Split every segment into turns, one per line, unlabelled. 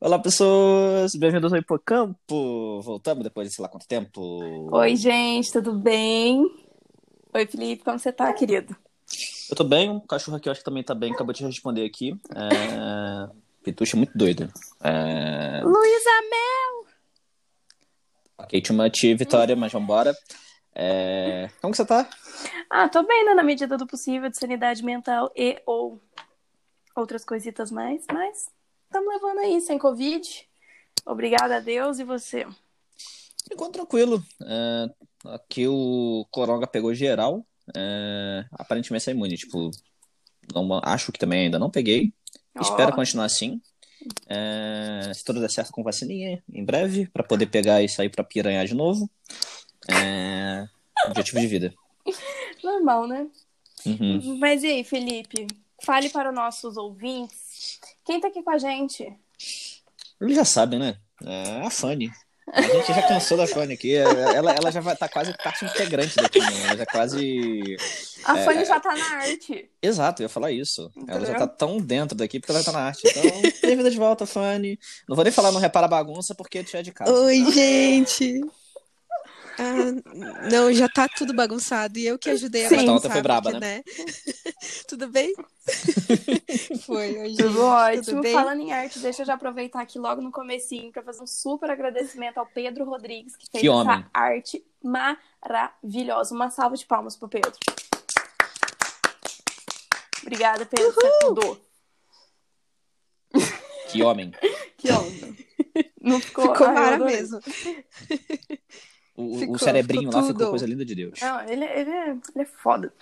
Olá, pessoas! Bem-vindos ao Hipocampo! Voltamos depois de sei lá quanto tempo.
Oi, gente, tudo bem? Oi, Felipe, como você tá, querido?
Eu tô bem, o cachorro aqui eu acho que também tá bem, acabou de responder aqui. É... Pitucha é muito doida. É...
Luísa Mel!
Ok, Timati, Vitória, mas vambora. É... Como que você tá?
Ah, tô bem, né? Na medida do possível, de sanidade mental e ou outras coisitas mais, mas estamos levando aí, sem Covid. Obrigada a Deus e você.
Ficou tranquilo. É... Aqui o Coronga pegou geral. É... Aparentemente é imune, tipo... não- Acho que também ainda não peguei.
Ó.
Espero continuar assim. É, se tudo der certo com vacininha, em breve, pra poder pegar e sair pra piranhar de novo. É, objetivo de vida.
Normal, né?
Uhum.
Mas e aí, Felipe? Fale para os nossos ouvintes. Quem tá aqui com a gente?
Eles já sabem, né? É a Fanny. A gente já cansou da Fanny aqui. É, Ela, ela já vai, tá quase parte integrante daqui, né? Ela já quase.
A Fanny já tá na arte.
Exato, eu ia falar isso. Ela já
Entendeu?
tá tão dentro daqui porque ela tá na arte. Então, bem-vinda de volta, Fanny. Não vou nem falar, não repara a bagunça porque tu é de casa.
Oi, gente! Ah, não, já tá tudo bagunçado e eu que ajudei a
Sim.
bagunçar.
Essa outra foi braba, né?
porque, né? tudo bem? foi, oi, gente.
Tudo ótimo.
bem?
Falando em arte, deixa eu já aproveitar aqui logo no comecinho para fazer um super agradecimento ao Pedro Rodrigues, que fez
Que
essa
homem.
arte maravilhosa. Uma salva de palmas pro Pedro. Obrigada, Pedro, você tudo.
Que homem.
Que onda. Não ficou,
Ficou
Ai, eu
mara
adorei.
mesmo.
O, o
Ficou,
cerebrinho
ficou
lá ficou
tudo. Ah.
coisa linda de Deus.
Não, ele, ele é, ele é foda.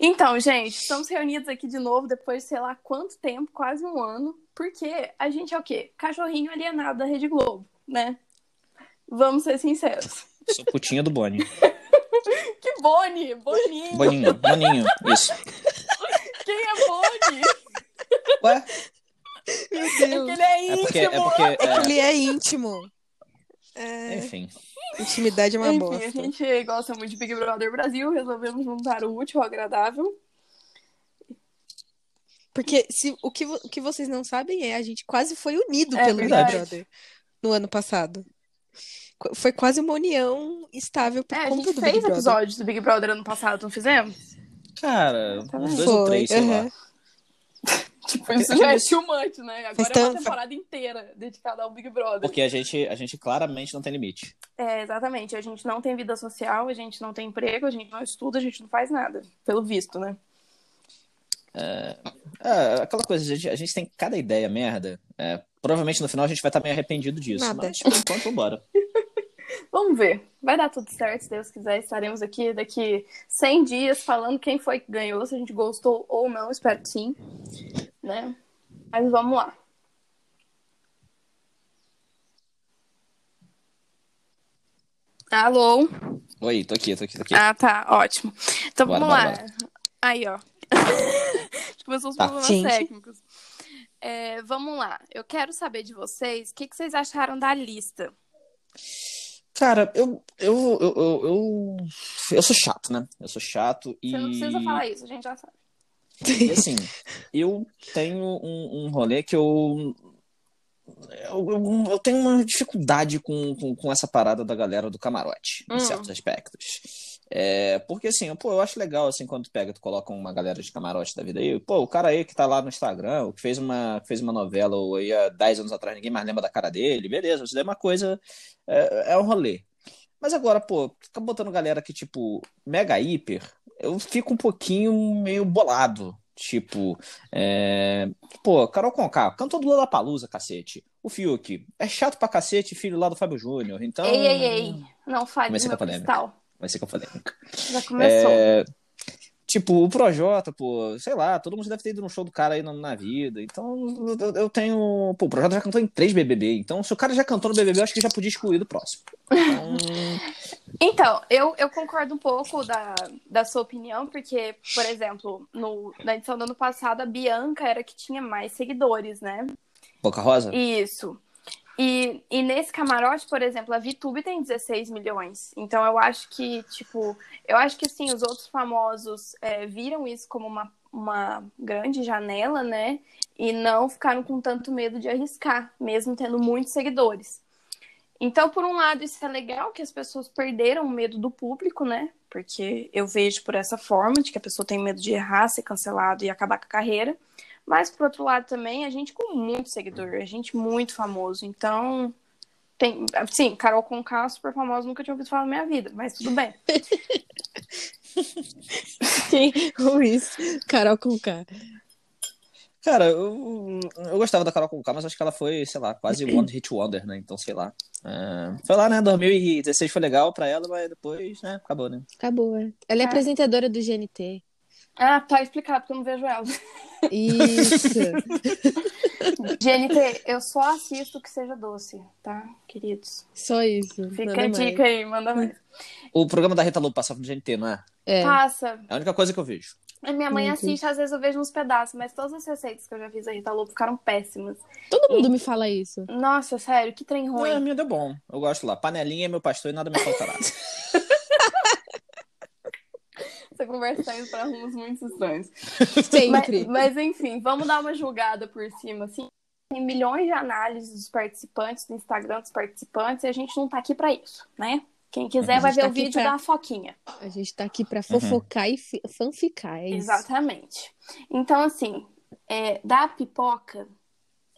Então, gente, estamos reunidos aqui de novo depois de sei lá quanto tempo, quase um ano, porque a gente é o quê? Cachorrinho alienado da Rede Globo, né? Vamos ser sinceros.
Sou putinha do Boni.
Que Boni! Boninho!
Boninho, Boninho, isso.
Quem é Boni?
Ué?
Meu
É que
Deus.
ele é
É
íntimo!
porque. É porque
É que
é,
ele é íntimo. É,
enfim.
intimidade é uma
Enfim,
bosta.
a gente gosta muito de Big Brother Brasil, resolvemos juntar o útil ao agradável.
Porque se, o, que, vo- o que vocês não sabem é a gente quase foi unido
É
pelo
verdade.
Big Brother no ano passado. Qu- Foi quase uma união estável por
É, a
conta
gente
do
fez
Big Brother.
episódios do Big Brother ano passado, não fizemos?
Cara, uns dois ou
Foi,
três, sei lá.
Tá aham.
Tipo, isso já é chumante, né? Agora é uma
tanto-
temporada inteira dedicada ao Big Brother.
Porque a gente, a gente claramente não tem limite.
É, exatamente. A gente não tem vida social, a gente não tem emprego, a gente não estuda, a gente não faz nada. Pelo visto, né?
É, aquela coisa, a gente, a gente tem cada ideia merda. É, provavelmente no final a gente vai estar meio arrependido disso.
Nada.
Mas por enquanto, vambora.
Vamos ver. Vai dar tudo certo, se Deus quiser. Estaremos aqui daqui 100 dias falando quem foi que ganhou, se a gente gostou ou não. Espero que sim. Né? Mas vamos lá. Alô?
Oi, tô aqui, tô aqui, tô aqui.
Ah, tá, ótimo. Então
Bora,
vamos
bora,
lá. Aí, ó. Começou os
Tá.
problemas
Gente.
técnicos. É, vamos lá. Eu quero saber de vocês o que, que vocês acharam da lista.
Cara, eu eu, eu, eu, eu. eu sou chato, né? Eu sou chato e.
Você não precisa falar isso, a gente já sabe.
E assim, eu tenho um, um rolê que eu. Eu, eu- eu tenho uma dificuldade com, com, com essa parada da galera do camarote, em
Hum.
certos aspectos. É, porque assim, eu, pô, eu acho legal assim quando tu pega, tu coloca uma galera de camarote da vida aí, pô, o cara aí que tá lá no Instagram, o que fez uma, que fez uma novela ou aí há 10 anos atrás, ninguém mais lembra da cara dele, beleza, isso daí é uma coisa, é, é um rolê. Mas agora, pô, fica botando galera que, tipo, mega hiper, eu fico um pouquinho meio bolado. Tipo, é... pô, Carol Conká, cantou do Lollapalooza, cacete. O Fiuk é chato pra cacete, filho lá do Fábio Júnior. Então.
Ei, ei, ei. Não fale do
Comecei
meu
com a polêmica.
cristal.
Vai ser que eu falei.
Já começou.
É, Tipo, o Projota, pô, sei lá, todo mundo deve ter ido num show do cara aí na, na vida. Então, eu, eu tenho. Pô, o Projota já cantou em três BBB. Então, se o cara já cantou no BBB, eu acho que já podia excluir do próximo. Então,
Então, eu, eu concordo um pouco da, da sua opinião, porque, por exemplo, no, na edição do ano passado, a Bianca era a que tinha mais seguidores, né?
Boca Rosa?
Isso. E, e nesse camarote, por exemplo, a VTube tem 16 milhões. Então eu acho que, tipo, eu acho que assim, os outros famosos é, viram isso como uma, uma grande janela, né? E não ficaram com tanto medo de arriscar, mesmo tendo muitos seguidores. Então, por um lado, isso é legal que as pessoas perderam o medo do público, né? Porque eu vejo por essa forma, de que a pessoa tem medo de errar, ser cancelado e acabar com a carreira. Mas, por outro lado, também, a gente com muito seguidor, a gente muito famoso. Então, tem. Sim, Carol Conká, super famosa, nunca tinha ouvido falar na minha vida, mas tudo bem.
Quem Ruiz? Carol com K.
Cara, eu, eu gostava da Carol Conká, mas acho que ela foi, sei lá, quase One Hit Wonder, né? Então, sei lá. É, foi lá, né? 2016 foi legal pra ela, mas depois, né? Acabou, né?
Acabou, é. Ela é,
Ah.
apresentadora do GNT.
Ah, tá explicado, porque eu não vejo ela.
Isso.
GNT, eu só assisto que seja doce, tá, queridos?
Só isso.
Fica
nada
a
mais.
dica aí, manda mais.
O programa da Rita Lobo passava no GNT, não é?
É.
Tá. Passa.
É a única coisa que eu vejo.
A minha mãe
Entendi.
assiste, às vezes eu vejo uns pedaços, mas todas as receitas que eu já fiz da Rita Lobo ficaram péssimas.
Todo mundo me fala isso.
Nossa, sério, que trem
Não, É, a
ruim.
minha deu bom. Eu gosto lá. Panelinha é meu pastor e nada me faltará.
Essa conversa tá indo pra rumos muito estranhos.
Sempre.
Mas, mas, enfim, vamos dar uma julgada por cima, assim. Tem milhões de análises dos participantes, do Instagram dos participantes, e a gente não tá aqui pra isso, né? Quem quiser
A
vai
gente
ver
tá
o
aqui
vídeo
pra-
da Foquinha.
A gente tá aqui pra fofocar e fi- fanficar, é isso.
Exatamente. Então, assim, é, da pipoca,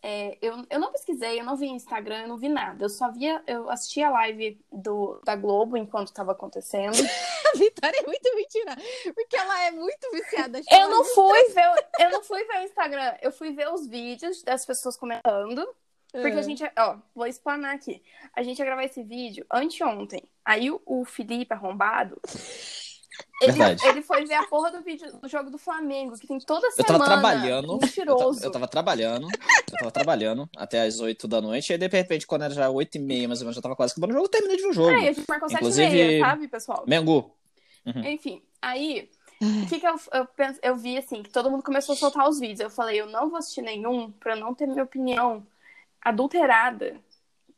é, eu, eu não pesquisei, eu não vi Instagram, eu não vi nada. Eu só via, eu assisti a live do, da Globo enquanto estava acontecendo.
A Vitória é muito mentira, porque ela é muito viciada. acho que
Eu
ela
não fui ver, o- eu não fui ver o Instagram, eu fui ver os vídeos das pessoas comentando. Porque
É.
É.
a gente, é, ó, vou explanar aqui. A gente ia gravar esse vídeo anteontem. Aí o, o Felipe arrombado. Ele,
Verdade.
ele foi ver a porra do vídeo do jogo do Flamengo, que tem toda
Eu
semana. um
tava trabalhando. Eu tava,
Mentiroso.
eu tava trabalhando. Eu tava trabalhando até as 8 da noite. E aí, de repente, quando era já 8 e meia, mais ou menos, eu tava quase acabando o jogo, eu terminei de ver o jogo.
Ah, e a gente marcou sete e
Inclusive-
meia, sabe, pessoal?
Mengu.
Enfim, aí,
Ai.
o que que eu, eu, penso, eu vi, assim, que todo mundo começou a soltar os vídeos. Eu falei, eu não vou assistir nenhum pra não ter minha opinião adulterada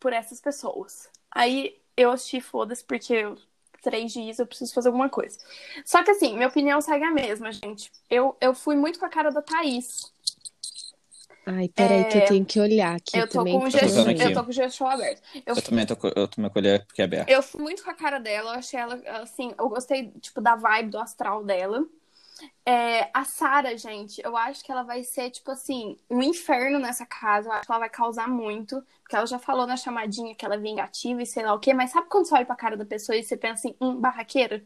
por essas pessoas. Aí, eu assisti, foda-se, porque eu, três dias eu preciso fazer alguma coisa. Só que, assim, minha opinião segue a mesma, gente. Eu, eu fui muito com a cara da Thaís.
Ai, peraí, que eu
É,
tenho que olhar aqui
eu, tô
também. tá
com o
porque
Tô
gesto,
vendo aqui.
eu tô com o gesto aberto. Eu
Eu também tô, co- eu tô me colher porque é aberto.
Eu fui muito com a cara dela, eu achei ela, assim, eu gostei, tipo, da vibe, do astral dela. É, a Sara, gente, eu acho que ela vai ser, tipo assim, um inferno nessa casa. Eu acho que ela vai causar muito. Porque ela já falou na chamadinha que ela é vingativa e sei lá o quê. Mas sabe quando você olha pra cara da pessoa e você pensa assim, hum, barraqueira?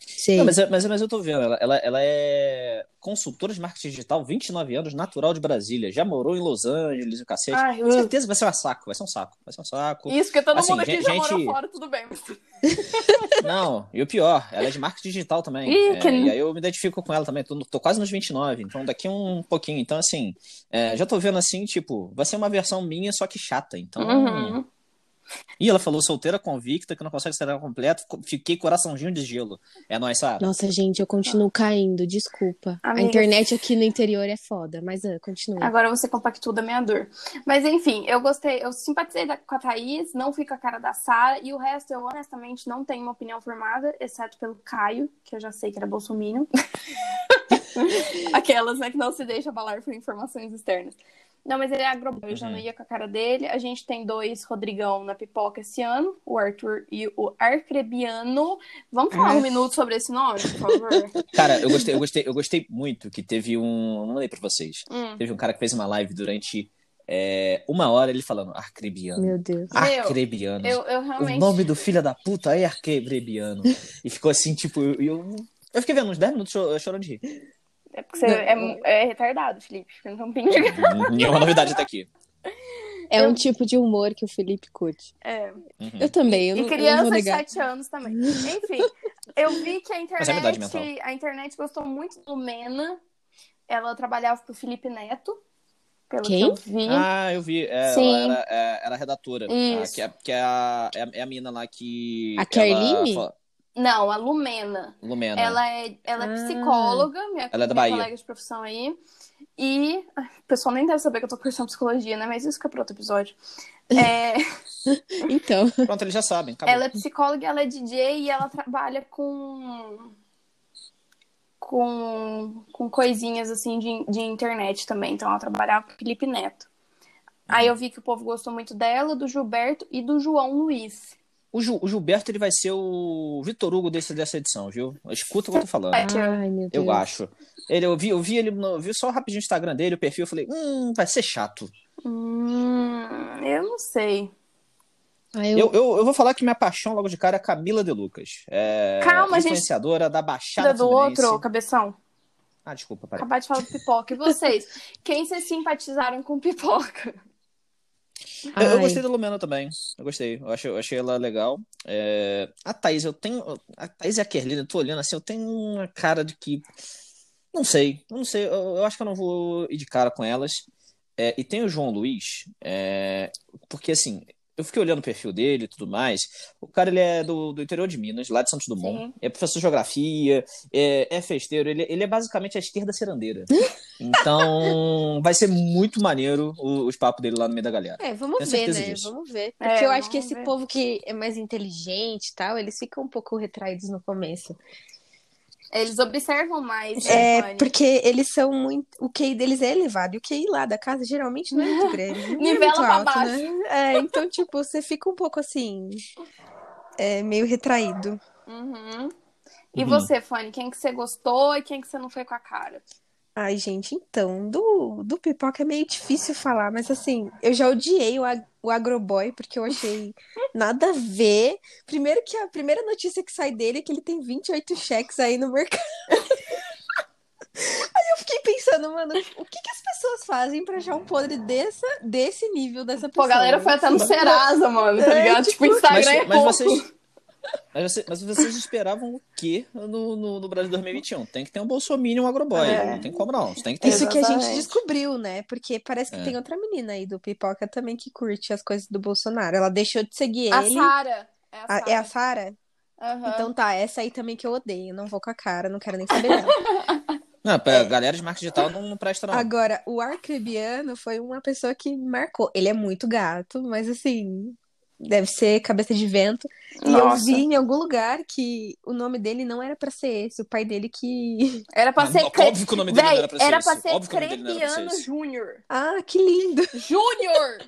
Sei.
Não, mas, é- mas, mas eu tô vendo, ela, ela, ela é consultora de marketing digital, 29 anos, natural de Brasília, já morou em Los Angeles, o cacete.
Ai,
Com
uh.
certeza vai ser um saco, vai ser um saco, vai ser um saco.
Isso, porque todo
Assim,
mundo aqui
gen-
já morou
gente-
fora, tudo bem. mas-
Não, e o pior, ela é de marketing digital também. É,
Ih, que-
E aí eu me identifico com ela também, tô, tô quase nos 29, então daqui um pouquinho. Então, assim, é, já tô vendo assim, tipo, vai ser uma versão minha, só que chata. Então.
Uhum.
Ih, ela falou solteira convicta, que não consegue ser completo, fico- fiquei coraçãozinho de gelo. É nóis, Sara.
Nossa, gente, eu continuo caindo, desculpa.
Amiga.
A internet aqui no interior é foda, mas ah, continua.
Agora você compactou da minha dor. Mas enfim, eu gostei, eu simpatizei da- com a Thaís, não fui com a cara da Sara, e o resto eu honestamente não tenho uma opinião formada, exceto pelo Caio, que eu já sei que era bolsominion. Aquelas, né, que não se deixa abalar por informações externas. Não, mas ele é agrobio, eu já não
Uhum.
ia com a cara dele. A gente tem dois Rodrigão na pipoca esse ano, o Arthur e o Arcrebiano. Vamos falar um minuto sobre esse nome, por favor?
Cara, eu gostei, eu gostei, eu gostei muito que teve um. Não mandei pra vocês.
Hum.
Teve um cara que fez uma live durante é, uma hora ele falando Arcrebiano.
Ah.
Meu Deus.
Arcrebiano.
Eu, eu
O
realmente.
nome do filho da puta é Arcrebiano. e ficou assim, tipo, eu. eu... eu fiquei vendo uns 10 minutos cho- chorando de rir.
É porque você é, é retardado, Felipe. porque Não tem de
Nenhuma novidade até aqui.
É
eu-
um tipo de humor que o Felipe curte.
É.
Uhum.
Eu também, eu não, eu
E
não vou
criança de
negar.
7 anos também. Enfim, eu vi que a
Mas é uma idade
internet, a internet gostou muito do Mena. Ela trabalhava pro Felipe Neto, pelo
Quem?
que eu vi.
Ah, eu vi. É,
Sim.
Ela era, é, era a redatora.
Isso.
Ah, que é, que é, a, é, a, é a mina lá que.
A
ela
Kerline?
fala-
Não, a Lumena.
Lumena.
Ela é, ela é
Ah.
psicóloga, minha,
Ela é da
minha
Bahia.
colega de profissão aí. E ai, o pessoal nem deve saber que eu tô cursando psicologia, né? Mas isso fica pra outro episódio. É,
Então,
Pronto, eles já sabem. acabou.
Ela é psicóloga, ela é DJ e ela trabalha com. com, com coisinhas assim de, de internet também. Então ela trabalhava com o Felipe Neto. Aí eu vi que o povo gostou muito dela, do Gilberto e do João Luiz.
O, Gil- o Gilberto ele vai ser o Vitor Hugo desse, dessa edição, viu? Escuta o que eu tô
É,
falando.
Ai,
Ai, meu Deus.
Eu acho. Ele, eu vi, eu vi ele, no- eu vi só rapidinho o Instagram dele, o perfil, eu falei, hum, vai ser chato.
Hum, eu não sei.
Ai, eu-
Eu, eu, eu vou falar que minha paixão logo de cara é a Camila de Lucas. É
Calma, gente.
influenciadora da
Cuida
Baixada
do
Fluminense.
outro, cabeção.
Ah, desculpa, peraí.
Acabar de falar do pipoca. E vocês? Quem vocês simpatizaram com pipoca?
Eu, eu
ai.
gostei da Lumena também. Eu gostei. Eu achei, eu achei ela legal. É, A Thaís, eu tenho. A Thaís e a Kerlina, eu tô olhando assim, eu tenho uma cara de que. Não sei. eu Não sei. Eu, eu acho que eu não vou ir de cara com elas. É, e tem o João Luiz, é, porque assim. Eu fiquei olhando o perfil dele e tudo mais. O cara, ele é do, do interior de Minas, lá de Santos Dumont.
Sim.
É professor de geografia, é, é festeiro. Ele, ele é basicamente a esquerda cirandeira. Então, vai ser muito maneiro o- os papos dele lá no meio da galera.
É, vamos
Tenho
ver,
certeza
né?
disso.
Vamos ver.
É,
Porque eu acho que
vamos
esse
ver.
povo que é mais inteligente e tal, eles ficam um pouco retraídos no começo.
Eles observam mais. né,
É,
Vânia?
porque eles são muito. O QI deles é elevado. E o QI lá da casa geralmente não é muito grande. não é
Nivela
muito
pra
alto,
baixo.
Né? É, então, tipo, você fica um pouco assim. É, meio retraído.
Uhum. E
Uhum.
você, Fanny, quem que você gostou e quem que você não foi com a cara?
Ai, gente, então, do, do pipoca é meio difícil falar, mas assim, eu já odiei o, ag- o agroboy, porque eu achei nada a ver. Primeiro que a primeira notícia que sai dele é que ele tem 28 cheques aí no mercado. Aí eu fiquei pensando, mano, o que, que as pessoas fazem pra achar um podre dessa, desse nível dessa
Pô,
pessoa?
a galera foi até no Serasa, mano, tá
É,
ligado? tipo,
tipo,
Mas,
Instagram é
mas
pouco.
vocês. Mas, você- mas vocês esperavam o quê no, no, no Brasil 2021? Tem que ter um Bolsonaro um Agroboy.
É.
Não tem como não. Você tem que ter.
Isso que a gente
Exatamente.
descobriu, né? Porque parece que
É.
tem outra menina aí do Pipoca também que curte as coisas do Bolsonaro. Ela deixou de seguir
A
ele.
Sara. É
A-
a
é
Sara.
a Sara?
Aham.
Então tá, essa aí também que eu odeio. Não vou com a cara, não quero nem saber dela.
Não, pra galera de marketing digital não, não presta
Tá.
não.
Agora, o Arcrebiano foi uma pessoa que me marcou. Ele é muito gato, mas assim, deve ser cabeça de vento. E eu
Nossa.
vi em algum lugar que o nome dele não era pra ser esse, o pai dele que.
Era pra
Ah,
ser.
não,
Cre...
óbvio que o nome dele não
Véi,
era pra ser
Era
esse.
pra ser
Óbvio que o nome dele não era pra ser
Crebiano
esse.
Júnior.
Ah, que lindo!
Júnior!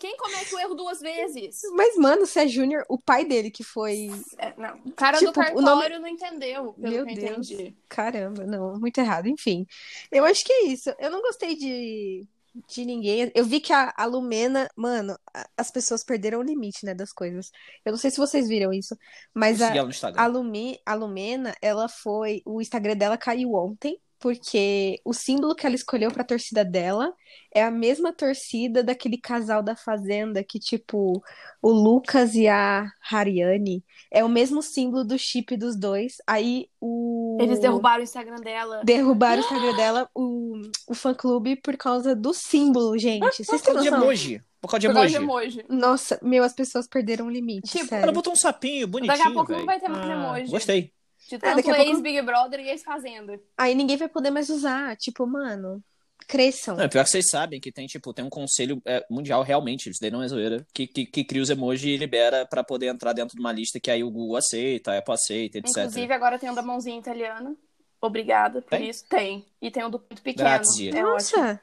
Quem comete o erro duas vezes?
Mas, mano, se é Júnior, o pai dele que foi.
É, não. O cara
Tipo,
do
o
cartório
nome-
não entendeu, pelo
Meu
que eu
Deus.
entendi.
Caramba, não, muito errado. Enfim, eu acho que é isso. Eu não gostei de, de ninguém. Eu vi que a, a Lumena, mano, a- as pessoas perderam o limite, né, das coisas. Eu não sei se vocês viram isso, mas a,
Segui ela no
a,
Instagram.
Lumi, a Lumena, ela foi. O Instagram dela caiu ontem, porque o símbolo que ela escolheu pra torcida dela é a mesma torcida daquele casal da Fazenda, que, tipo, o Lucas e a Hariane. É o mesmo símbolo do chip dos dois. Aí o.
Eles derrubaram o Instagram dela. Ah!
Derrubaram o Instagram dela, o, o fã-clube, por causa do símbolo, gente. Vocês
Por
têm
causa
é
de
noção?
emoji. Por causa de
Por causa de
emoji.
emoji.
Nossa, meu, as pessoas perderam o limite,
Tipo,
Ela
sério.
botou um sapinho bonitinho.
Daqui a pouco não
véi.
vai ter mais
Ah,
emoji.
Gostei.
De tanto
É, daqui a pouco-
ex-Big Brother e ex-Fazenda.
Aí ninguém vai poder mais usar. Tipo, mano, cresçam.
Não, é pior que vocês sabem que tem, tipo, tem um conselho é, mundial, realmente, isso daí não é zoeira, que, que, que cria os emojis e libera pra poder entrar dentro de uma lista que aí o Google aceita, a Apple aceita, etc.
Inclusive, agora tem o da mãozinha italiana. Obrigada por
Tem?
isso. Tem. E tem o do ponto pequeno.
Grazie.
É
Nossa,
ótimo.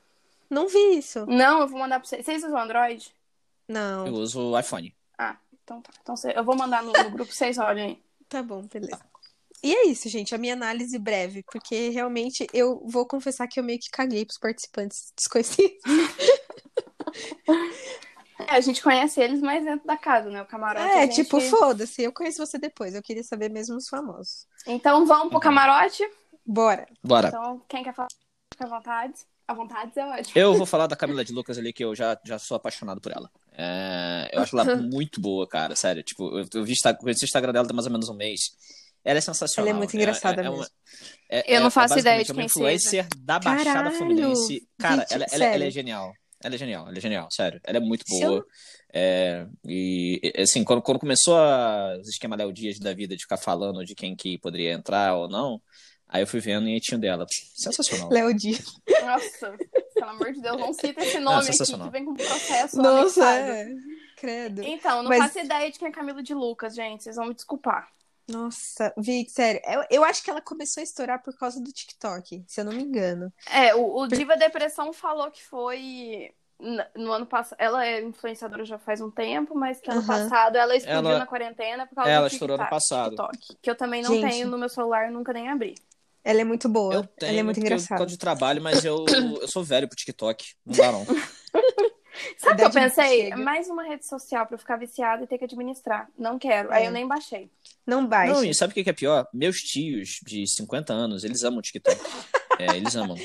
não vi isso.
Não, eu vou mandar pra vocês. Vocês usam Android?
Não,
Eu uso o iPhone.
Ah, então tá. Então cê- eu vou mandar no, no grupo, vocês olhem aí.
tá bom, beleza. E é isso, gente, a minha análise breve, porque realmente eu vou confessar que eu meio que caguei pros participantes desconhecidos.
É, a gente conhece eles mais dentro da casa, né? O camarote. a
É,
gente-
tipo, foda-se, eu conheço você depois, eu queria saber mesmo os famosos.
Então vamos pro camarote.
Bora.
Bora.
Então, quem quer falar, fica à vontade. À vontade é ótimo.
Eu vou falar da Camila de Lucas ali, que eu já, já sou apaixonado por ela. É, eu acho ela muito boa, cara, sério. Tipo, eu, eu vi Insta- conheci o Instagram dela tem mais ou menos um mês. Ela é sensacional.
Ela é muito engraçada
uma-
mesmo.
é-
Eu não
é-
faço
é
ideia
basicamente
de
uma
quem
influencer da Baixada
Caralho,
Fluminense. Cara,
gente,
ela, ela- ela
sério.
é genial. Ela é genial, ela é genial, sério. Ela é muito
Se eu
boa. É, e, e, assim, quando, quando começou a, os esquema Léo Dias da vida de ficar falando de quem que poderia entrar ou não, aí eu fui vendo e tinha o dela. Sensacional.
Léo Dias.
Nossa, pelo amor de Deus, não cita esse
Ah,
nome aqui
sensacional.
que vem com processo.
É. Nossa,
anexado.
é. Credo.
Então, não
Mas-
faço ideia de quem é Camila de Lucas, gente. Vocês vão me desculpar.
Nossa, Vic, sério. Eu, eu acho que ela começou a estourar por causa do TikTok, se eu não me engano.
É, o, o Diva Depressão falou que foi n- no ano passado. Ela é influenciadora já faz um tempo, mas que ano
Aham.
passado ela explodiu
Ela-
na quarentena por causa
Ela
do TikTok,
estourou ano passado.
TikTok, que eu também não
Gente.
tenho no meu celular, nunca nem abri.
Ela é muito boa.
Eu tenho,
ela é muito
porque eu- por
engraçada.
causa de trabalho, mas eu, eu sou velho pro TikTok. Não dá, não.
Sabe o que eu
Idade não
pensei?
chega.
Mais uma rede social pra eu ficar viciada e ter que administrar. Não quero.
É.
Aí eu nem baixei.
Não baixa.
Não, e sabe o que que é pior? Meus tios de 50 anos, eles amam o TikTok. É, eles amam.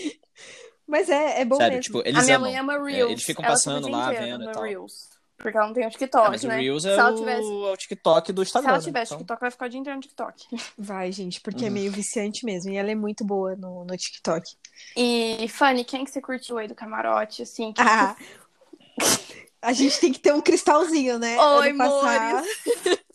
Mas é, é bom
Sério,
mesmo.
tipo, eles
a minha
amam.
mãe é ama Reels.
eles ficam
Ela
passando
fica o dia
lá,
inteiro
vendo
no
e tal.
Reels. Porque ela não tem o TikTok,
Ah, mas o
né?
Reels
Se
é,
ela
o...
tivesse-
é o TikTok do
Se
Instagram.
ela
né?
tiver
Então,
TikTok, vai ficar o dia inteiro no TikTok.
Vai, gente, porque é
Uhum.
meio viciante mesmo. E ela é muito boa no, no TikTok.
E, Fanny, quem que você curtiu aí do camarote, assim? que-
Ah, a gente tem que ter um cristalzinho, né?
Oi,
Ano passado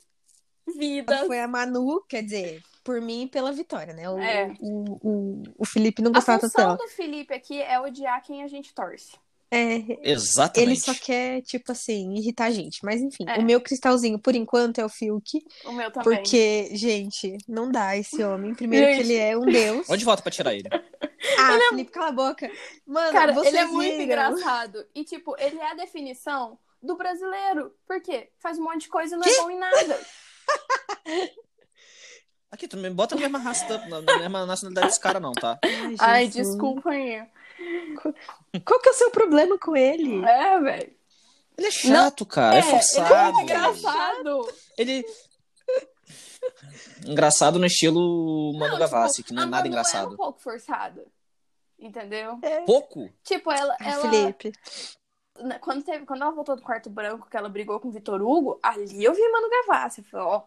Vida.
Foi a Manu, quer dizer, por mim e pela Vitória, né? O,
É.
o, o, o Felipe não
A
gostava tanto
função
dela.
do Felipe aqui é odiar quem a gente torce.
É,
Exatamente.
ele só quer, tipo assim, irritar a gente. Mas enfim,
É.
o meu cristalzinho, por enquanto, é o Fiuk.
O meu também.
Porque, gente, não dá esse homem. Primeiro que
Gente. é
ele é um deus.
Onde volta pra tirar ele?
Ah, Felipe, cala a boca. Mano,
Cara,
vocês
ele é muito
viram?
engraçado. E, tipo, ele é a definição do brasileiro. Por quê? Faz um monte de coisa e não é bom em nada.
Aqui, tu não me bota na mesma raça, da- na, na mesma nacionalidade desse cara, não, tá?
Ai,
Ai,
Jesus.
desculpa aí.
Qual que é o seu problema com ele?
É, velho.
Ele é chato, cara. É,
ele é
forçado.
Engraçado.
Ele. Engraçado no estilo Manu
Não,
Gavassi,
tipo,
que não é
a
nada
Manu
engraçado.
É um pouco forçada. Entendeu?
Pouco?
Tipo, ela.
Ah,
ela
Felipe.
na- quando, teve, quando ela voltou do quarto branco, que ela brigou com o Vitor Hugo, ali eu vi Manu Gavassi. Eu falei, ó,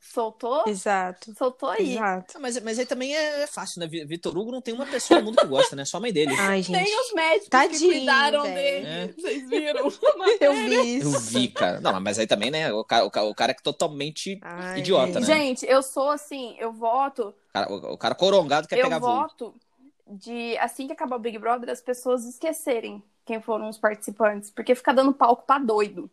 soltou,
Exato.
soltou aí.
Exato.
Ah, mas, mas aí também é fácil, né? Vi- Vitor Hugo não tem uma pessoa no mundo que gosta, né? Só a mãe dele.
Ai, gente.
Nem os médicos que
Tadinho,
cuidaram
velho.
dele.
É.
Vocês viram? é.
Eu vi isso.
Eu vi, cara. Não, mas aí também, né? O cara, o cara, o cara que é totalmente.
Ai,
Idiota, né?
Gente, eu sou assim, eu voto,
o cara- O cara corongado quer pegar
eu
voo.
voto de assim que acabar o Big Brother, as pessoas esquecerem quem foram os participantes, porque fica dando palco pra doido.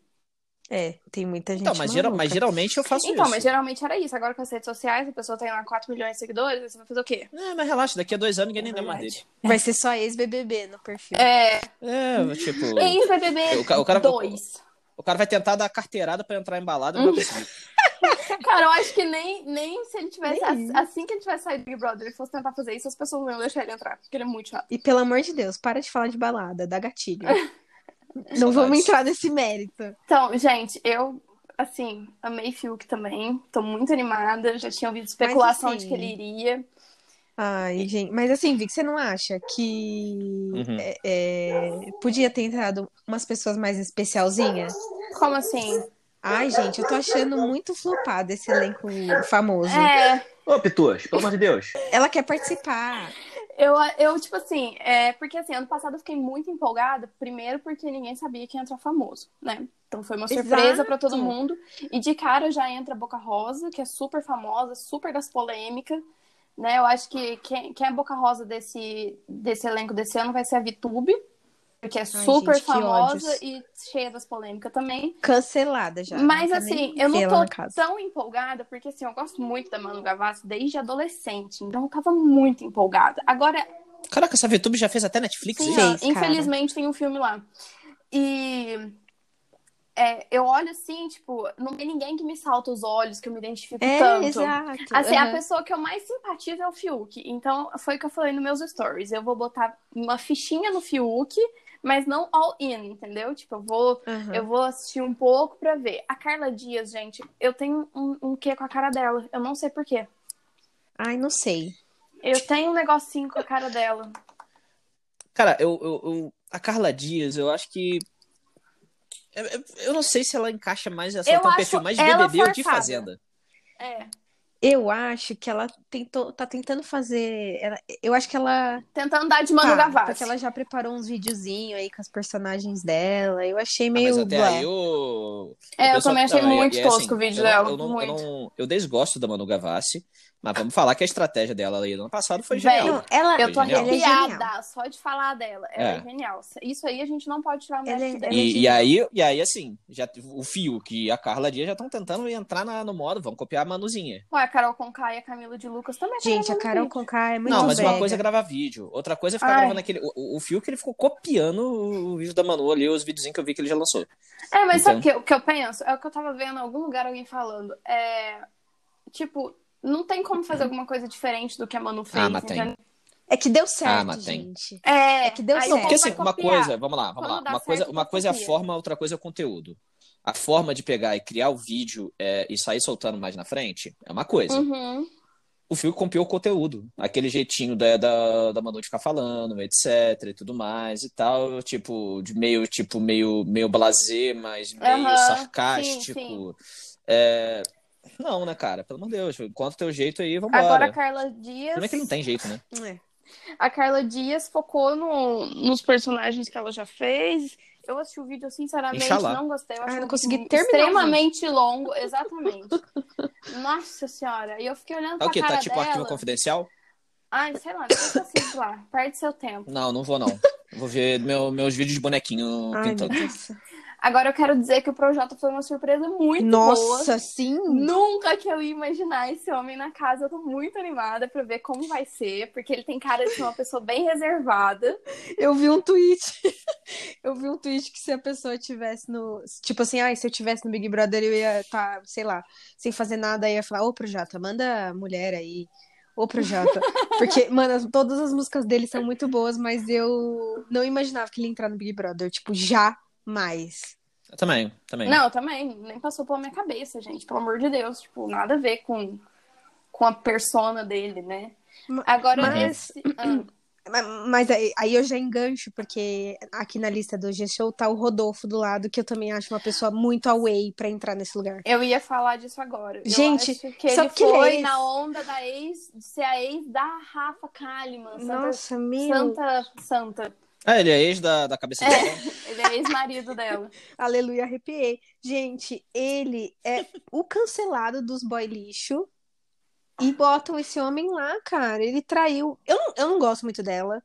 É, tem muita gente.
Então, mas, geral-
maluca.
mas geralmente eu faço
Então,
isso.
mas geralmente era isso. Agora com as redes sociais, a pessoa tem lá 4 milhões de seguidores, aí você vai fazer o quê?
É, mas relaxa, daqui a dois anos ninguém nem lembra mais dele.
Vai ser só ex-BBB no perfil.
É,
É, tipo.
em BBB
O ca- o cara-
2.
O cara vai tentar dar carteirada pra entrar embalado e não vai conseguir.
Cara, eu acho que nem, nem se ele tivesse.
Nem
Assim que ele tivesse saído do Big Brother, ele fosse tentar fazer isso, as pessoas não iam deixar ele entrar, porque ele é muito chato.
E pelo amor de Deus, para de falar de balada, dá gatilho. Não vamos
Saudades.
entrar nesse mérito.
Então, gente, eu, assim, amei Fiuk também. Tô muito animada. Já tinha ouvido especulação
assim,
de que ele iria.
Ai, gente. Mas assim, Vic, você não acha que
Uhum.
é, é, podia ter entrado umas pessoas mais especialzinhas?
Como assim?
Ai, gente, eu tô achando muito flopado esse elenco famoso.
É,
Ô, Pituas, pelo amor de Deus.
Ela quer participar.
eu, eu, tipo assim, é, porque assim, ano passado eu fiquei muito empolgada. Primeiro, porque ninguém sabia quem ia entrar famoso, né? Então foi uma surpresa
Exato.
pra todo mundo. E de cara já entra a Boca Rosa, que é super famosa, super das polêmicas. Né, eu acho que quem, quem é a boca rosa desse, desse elenco desse ano vai ser a Vitube, porque é super
gente, que
famosa
ódios.
e cheia das polêmicas também.
Cancelada já.
Mas
Não quer nem
assim, eu
ver
não
ela na
tô
casa.
tão empolgada, porque assim, eu gosto muito da Manu Gavassi desde adolescente, então eu tava muito empolgada. Agora,
Caraca, essa VTube já fez até Netflix
sim,
isso?
fez,
ó, infelizmente tem um filme lá. E é, eu olho assim, tipo, não tem ninguém que me salta os olhos, que eu me identifico
É,
tanto.
exato.
Assim, a
Aham.
pessoa que eu mais simpatizo é o Fiuk. Então, foi o que eu falei nos meus stories. Eu vou botar uma fichinha no Fiuk, mas não all in, entendeu? Tipo, eu vou
Aham.
eu vou assistir um pouco pra ver. A Carla Dias, gente, eu tenho um, um quê com a cara dela. Eu não sei porquê.
Ai, não sei.
Eu tenho um negocinho com a cara dela.
Cara, eu, eu, eu- A Carla Dias, eu acho que. Eu, eu- eu não sei se ela encaixa mais. Ela
Eu
tem um
acho
perfil mais de
ela
BBB ou de
forçada.
Fazenda. Ah,
É.
Eu acho que ela tentou, tá tentando fazer. ela- eu acho que ela.
Tentando dar de Manu
tá,
Gavassi.
porque ela já preparou uns videozinhos aí com as personagens dela. Eu achei meio.
Ah, mas até
blá.
aí eu.
É, eu
penso-
também achei
e-
muito
e assim,
tosco o vídeo
eu não-
dela,
Eu, não,
muito.
Eu, não, eu desgosto da Manu Gavassi, mas vamos falar que a estratégia dela aí no ano passado foi
Véi,
genial.
Não, ela,
Eu tô
Genial.
ela é genial.
arrepiada só de falar dela. Ela é.
É.
genial. Isso aí a gente não pode tirar o
Ela é-
mérito dela.
ela é
E, e
genial.
aí, e aí, assim, já, o Fiuk e a Carla Dias já estão tentando entrar na- no modo, vamos copiar a Manuzinha.
Ué, a Carol Conká e a Camila de Lucas também estão
Gente, a
gravando
Carol
vídeo.
Conká é muito
Não, mas uma
brega.
coisa é gravar vídeo, outra coisa é ficar
Ai.
gravando aquele. O, o fio que ele ficou copiando o vídeo da Manu ali, os videozinhos que eu vi que ele já lançou.
É, mas sabe
Então.
o que, eu- o que eu penso? É o que eu tava vendo em algum lugar alguém falando. É. Tipo, não tem como fazer alguma coisa diferente do que a Manu fez.
Ah, mas tem.
entendeu?
É que deu
Ah,
certo,
mas tem.
gente.
É,
É que deu
aí
certo.
o
Porque
povo
assim,
vai
uma
copiar.
coisa, vamos lá, vamos
Quando
lá.
dá
Uma coisa,
certo,
uma
tu
coisa é a
copia.
forma, outra coisa é o conteúdo. A forma de pegar e criar o vídeo é, e sair soltando mais na frente é uma coisa.
Uhum.
o Fio copiou o conteúdo. Aquele jeitinho da, da, da Manu de ficar falando, etc. e tudo mais e tal. Tipo, de meio, tipo, meio, meio blasé, mas meio
Aham,
sarcástico.
sim,
É, Não, né, cara? Pelo amor de Deus. Enquanto teu jeito aí, vambora.
Agora a Carla Dias.
Como é que ele não tem jeito, né?
É.
A Carla Dias focou no- nos personagens que ela já fez. Eu assisti o vídeo, eu sinceramente
Inxalá.
não gostei. Eu
Ah,
achei
não
um
consegui
vídeo
terminar o
Extremamente longo, exatamente. Nossa senhora. E eu fiquei olhando
Tá
pra
o quê?
cara
Tá tipo
dela.
arquivo confidencial?
Ai, sei lá, deixa assim lá. Perde seu tempo.
Não, não vou, não. Vou ver meu- meus vídeos de bonequinho
Ai, meu
pintando.
Deus.
Agora eu quero dizer que o Projota foi uma surpresa muito boa.
Nossa, sim.
Nunca que eu ia imaginar esse homem na casa. Eu tô muito animada pra ver como vai ser, porque ele tem cara de ser uma pessoa bem reservada.
Eu vi um tweet. Eu vi um tweet que se a pessoa tivesse no. Tipo assim, ai, se eu tivesse no Big Brother, eu ia estar, sei lá, sem fazer nada, eu ia falar, ô Projota, manda a mulher aí. Ô Projota. Porque, mano, as- todas as músicas dele são muito boas, mas eu não imaginava que ele ia entrar no Big Brother. Tipo, jamais.
Eu também, também.
Não, eu também. Nem passou pela minha cabeça, gente. Pelo amor de Deus. Tipo, nada a ver com, com a persona dele, né?
Ma-
Agora,
mas-
esse- ah,
Ma- Mas aí, aí eu já engancho, porque aqui na lista do G-Show tá o Rodolfo do lado, que eu também acho uma pessoa muito away pra entrar nesse lugar.
eu ia falar disso agora. Eu
Gente,
acho que
só
ele
porque ele é
foi
ex.
na onda da ex, de ser a ex da Rafa Kalimann. Santa,
Nossa, meu.
tá Santa, Santa.
Ah, ele é ex da, da cabeça
É.
dela.
Ele é ex-marido dela.
Aleluia, arrepiei. Gente, ele é o cancelado dos boy lixo. E botam esse homem lá, cara. Ele traiu. Eu não, eu não gosto muito dela.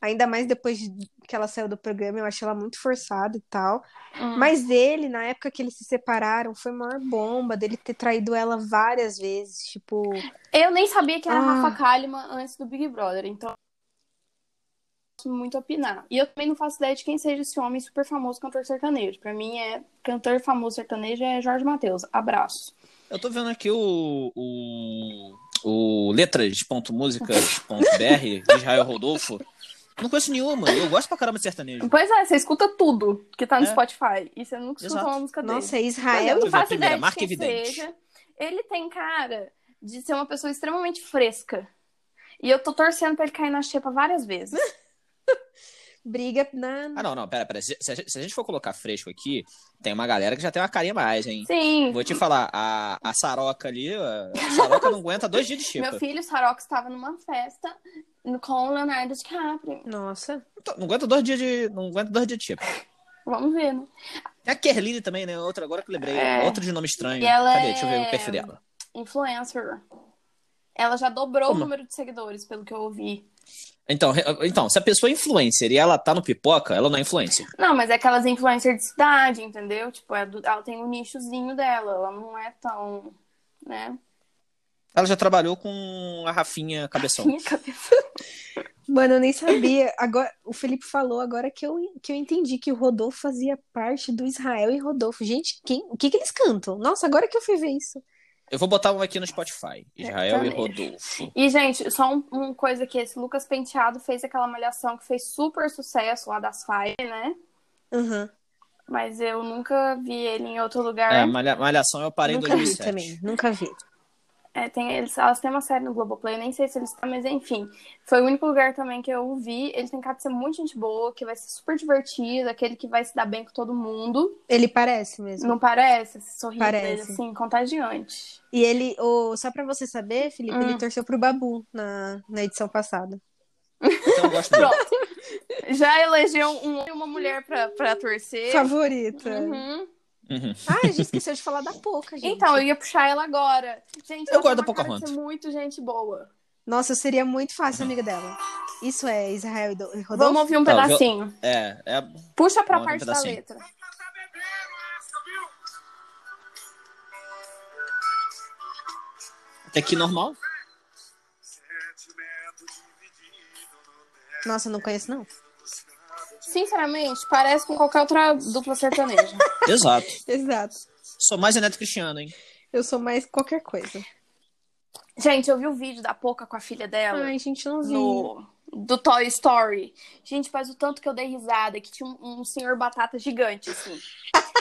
Ainda mais depois de- que ela saiu do programa, eu acho ela muito forçada e tal.
Hum.
Mas ele, na época que eles se separaram, foi a maior bomba dele ter traído ela várias vezes. Tipo,
Eu nem sabia que era
Ah.
Rafa Kalimann antes do Big Brother, então não posso muito opinar. E eu também não faço ideia de quem seja esse homem super famoso cantor sertanejo. Pra mim é cantor famoso sertanejo é Jorge Mateus. Abraço.
Eu tô vendo aqui o, o, o letras.músicas.br de Israel Rodolfo. Não conheço nenhuma. Eu gosto pra caramba de sertanejo.
Pois é, você escuta tudo que tá no
É.
Spotify e você nunca escuta
Exato.
uma música dele.
nossa,
Mas
é
eu
Israel.
não
Foi a
faço
primeira,
ideia de
marca
quem
evidente.
seja. Ele tem cara de ser uma pessoa extremamente fresca. E eu tô torcendo pra ele cair na xepa várias vezes.
Briga na.
Ah, não, não, pera, pera. Se, se a gente- se a gente for colocar fresco aqui, tem uma galera que já tem uma carinha mais, hein?
Sim,
Vou te falar, a, a Saroca ali, a Saroca não aguenta dois dias de
Meu
chipa.
filho, Sarox, estava numa festa no- com o Leonardo DiCaprio.
Nossa.
Não aguenta dois dias de. Não aguenta dois dias de chipa.
Vamos ver, né?
Tem a Kerline também, né? Outra, agora que eu lembrei.
É.
Outra de nome estranho.
E ela
Cadê? Deixa eu ver
é-
o perfil dela.
Influencer. Ela já dobrou
Como?
o número de seguidores, pelo que eu ouvi.
Então, re- então, se a pessoa é influencer e ela tá no pipoca, ela não é influencer.
Não, mas é aquelas influencers de cidade, entendeu? Tipo, é do- ela tem um nichozinho dela. Ela não é tão. Né?
Ela já trabalhou com a Rafinha Cabeção.
Minha cabeça.
Mano, eu nem sabia. Agora, o Felipe falou agora que eu, que eu entendi que o Rodolfo fazia parte do Israel e Rodolfo. Gente, quem, o que que eles cantam? Nossa, agora que eu fui ver isso.
Eu vou botar um aqui no Spotify.
É,
Israel e
Sertanejo.
Rodolfo.
E, gente, só um- uma coisa que esse Lucas Penteado fez aquela malhação que fez super sucesso lá das FAI, né?
Aham.
Mas eu nunca vi ele em outro lugar.
É, Malha- Malhação eu parei em
Nunca vi
2007.
também, nunca vi.
É, tem, eles, elas têm uma série no Globoplay, nem sei se eles estão, mas enfim. Foi o único lugar também que eu vi. Ele tem cara de ser muito gente boa, que vai ser super divertido, aquele que vai se dar bem com todo mundo.
Ele parece mesmo.
Não parece? Esse sorriso
Parece.
dele, assim, contagiante.
E ele, o- só pra você saber, Felipe,
Hum.
ele torceu pro Babu na, na edição passada.
Então eu gosto dele.
Pronto. Já elegeu um homem e uma mulher pra, pra torcer.
Favorita.
Uhum.
Uhum.
Ah, a gente esqueceu de falar da Poca, gente.
Então, eu ia puxar ela agora. Gente,
Eu gosto da
ela tem uma cara de
Pocahontas.
ser muito gente boa.
Nossa, eu seria muito fácil amiga dela. Isso é Israel e do- e Rodolfo?
Vamos ouvir um
Tá, eu-
pedacinho.
É, é.
Puxa pra
Vamos ouvir um
parte da
pedacinho.
letra.
O Até é que normal.
Nossa, eu não conheço, não.
Sinceramente, parece com qualquer outra dupla sertaneja.
Exato.
Exato.
Sou mais Renato Cristiano, hein?
Eu sou mais qualquer coisa.
Gente, eu vi o vídeo da Poca com a filha dela.
Ai, gente, não vi.
no, do Toy Story. Gente, faz o tanto que eu dei risada, que tinha um, um senhor batata gigante, assim.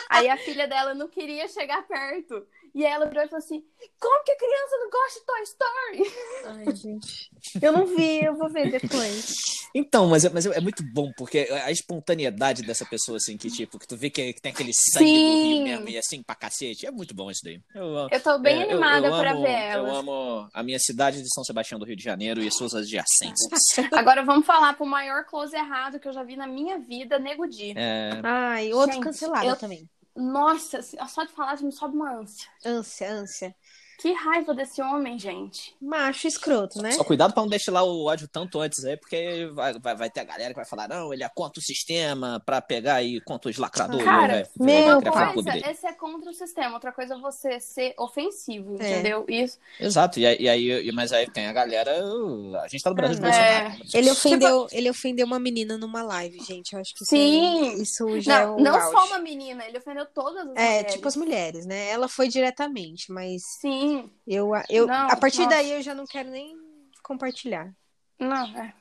Aí a filha dela não queria chegar perto. E ela virou e falou assim: Como que a criança não gosta de Toy Story?
Ai, gente. Eu não vi, eu vou ver depois.
Então, mas é, mas é muito bom, porque a espontaneidade dessa pessoa, assim, que tipo, que tu vê que, que tem aquele sangue do
Sim.
rio mesmo e assim pra cacete. É muito bom isso daí. Eu amo.
Eu tô bem
É, eu-
animada
eu
pra
amo-
ver ela.
Eu amo a minha cidade de São Sebastião do Rio de Janeiro e suas adjacências.
Agora vamos falar pro maior close errado que eu já vi na minha vida, Nego Di.
É,
Ai, outro
Gente,
cancelado
eu-
também.
Nossa, só de falar me sobe uma ânsia.
Ânsia, ânsia.
Que raiva desse homem, gente.
Macho escroto, né?
Só cuidado pra não destilar o ódio tanto antes aí, porque vai, vai, vai ter a galera que vai falar, não, ele é contra o sistema pra pegar aí contra os lacradores. né,
Cara,
vai- vai
meu
criar
pai,
fã-clube
Coisa,
dele.
esse é contra o sistema. Outra coisa é você ser ofensivo,
É.
entendeu? Isso.
Exato, e aí, e aí- mas aí tem a galera. uh, A gente tá no Brasil do
É.
Bolsonaro.
Ele ofendeu, ele ofendeu uma menina numa live, gente. Eu acho que isso- é-
Sim.
isso já é
Não,
o
não
auge.
só uma menina, ele ofendeu todas as
É,
mulheres.
tipo as mulheres, né? Ela foi diretamente, mas
Sim.
eu, eu
Não,
a partir
nossa.
daí eu já não quero nem compartilhar.
Não, é.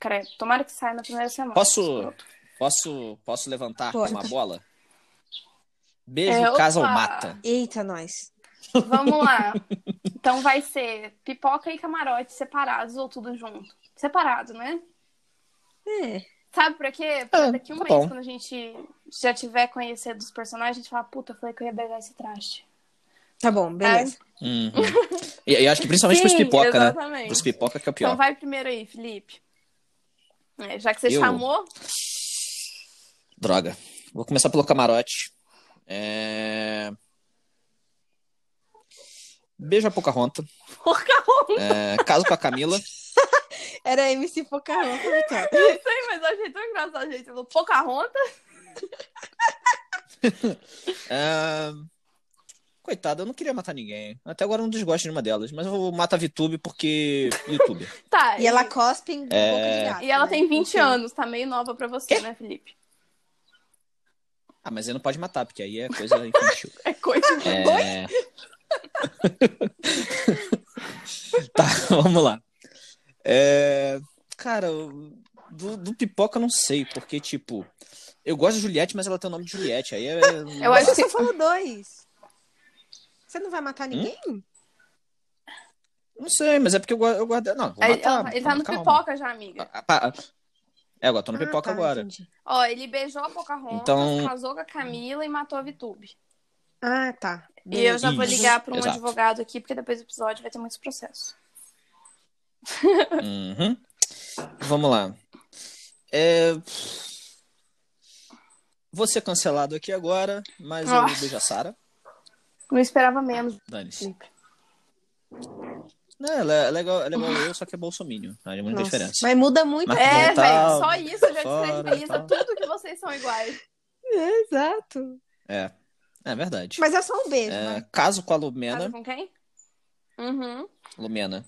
Credo. Tomara que saia na primeira semana.
Posso, posso, posso levantar
Pode.
uma bola? Beijo,
É,
casa ou
opa.
mata.
Eita, nós.
Vamos lá. Então vai ser pipoca e camarote separados ou tudo junto? Separado, né?
É.
Sabe pra quê? Porque
Ah,
É,
daqui um
tá
mês,
bom.
quando a gente já tiver conhecido os personagens, a gente fala, puta, eu falei que eu ia pegar esse traste.
Tá bom, beleza.
Uhum. E eu acho que principalmente pros
Sim,
pipoca, né?
exatamente.
Pros pipoca que é o
Então
pior.
vai primeiro aí, Felipe. É, já que você
Eu-
chamou,
Droga. Vou começar pelo camarote. É... Beijo a Pocahontas. É, caso com a Camila.
Era MC Pocahontas, então.
Sei, mas eu achei tão engraçado, gente. Falou Pocahontas.
É... Coitada, eu não queria matar ninguém. Até agora eu não desgosto de nenhuma delas. Mas eu vou matar a VTube porque. YouTube.
Tá.
E ela cospe em boca
É.
de gato.
e ela
né?
tem 20
Enfim.
anos, tá meio nova pra você, né, Felipe?
Ah, mas aí não pode matar, porque aí é coisa infantil.
É coisa de
É... tá, vamos lá. É, Cara, eu- do, do pipoca eu não sei, porque, tipo, eu gosto de Juliette, mas ela tem o nome de Juliette. Aí é.
Eu
Mas
acho
você falou dois. Você não vai matar
Hum?
ninguém?
Não sei, mas é porque eu, gua- eu guardo. Não, vou
Aí,
matar,
ó, ele tá no
calma.
pipoca já, amiga.
Ah, pá, ah. É, agora tô no pipoca
Ah, tá,
agora.
entendi.
Ó, ele beijou a Pocahontas,
Então-
casou com a Camila e matou a Vitube.
Ah, tá.
E eu já vou
Isso,
ligar pra um
exato.
advogado aqui, porque depois do episódio vai ter muitos processos.
Uhum. Vamos lá. É... Vou ser cancelado aqui agora, mas eu
Ah.
beijo a Sara.
Não esperava menos,
Dane-se.
Felipe.
Não, Ela é legal, ela é igual eu, só que é bolsominion. Aí É muita
Nossa,
diferença.
Mas muda muito.
Mas-
É,
Tá,
velho, só isso já
fora,
descredibiliza
tá.
tudo que vocês são iguais.
É, exato.
É, é verdade.
Mas é só um beijo,
É,
né?
caso com a
Casa
Lumena.
com quem? Uhum.
Lumena.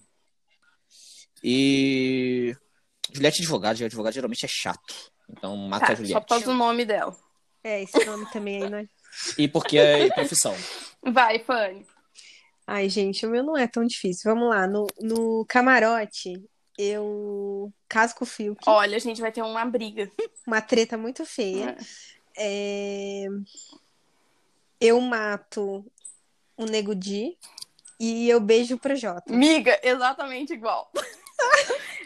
E. Juliette advogado, Juliette advogado geralmente é chato. Então mata a
Tá, só
Juliette.
por causa do nome dela.
É, esse nome também aí, né?
E porque é profissão.
Vai, Fanny.
Ai, gente, o meu não é tão difícil. Vamos lá, no, no camarote, eu caso com o Fiuk,
Olha, gente, vai ter uma briga.
uma treta muito feia. É, Eu mato o Nego Di e eu beijo pro Jota.
Miga, exatamente igual.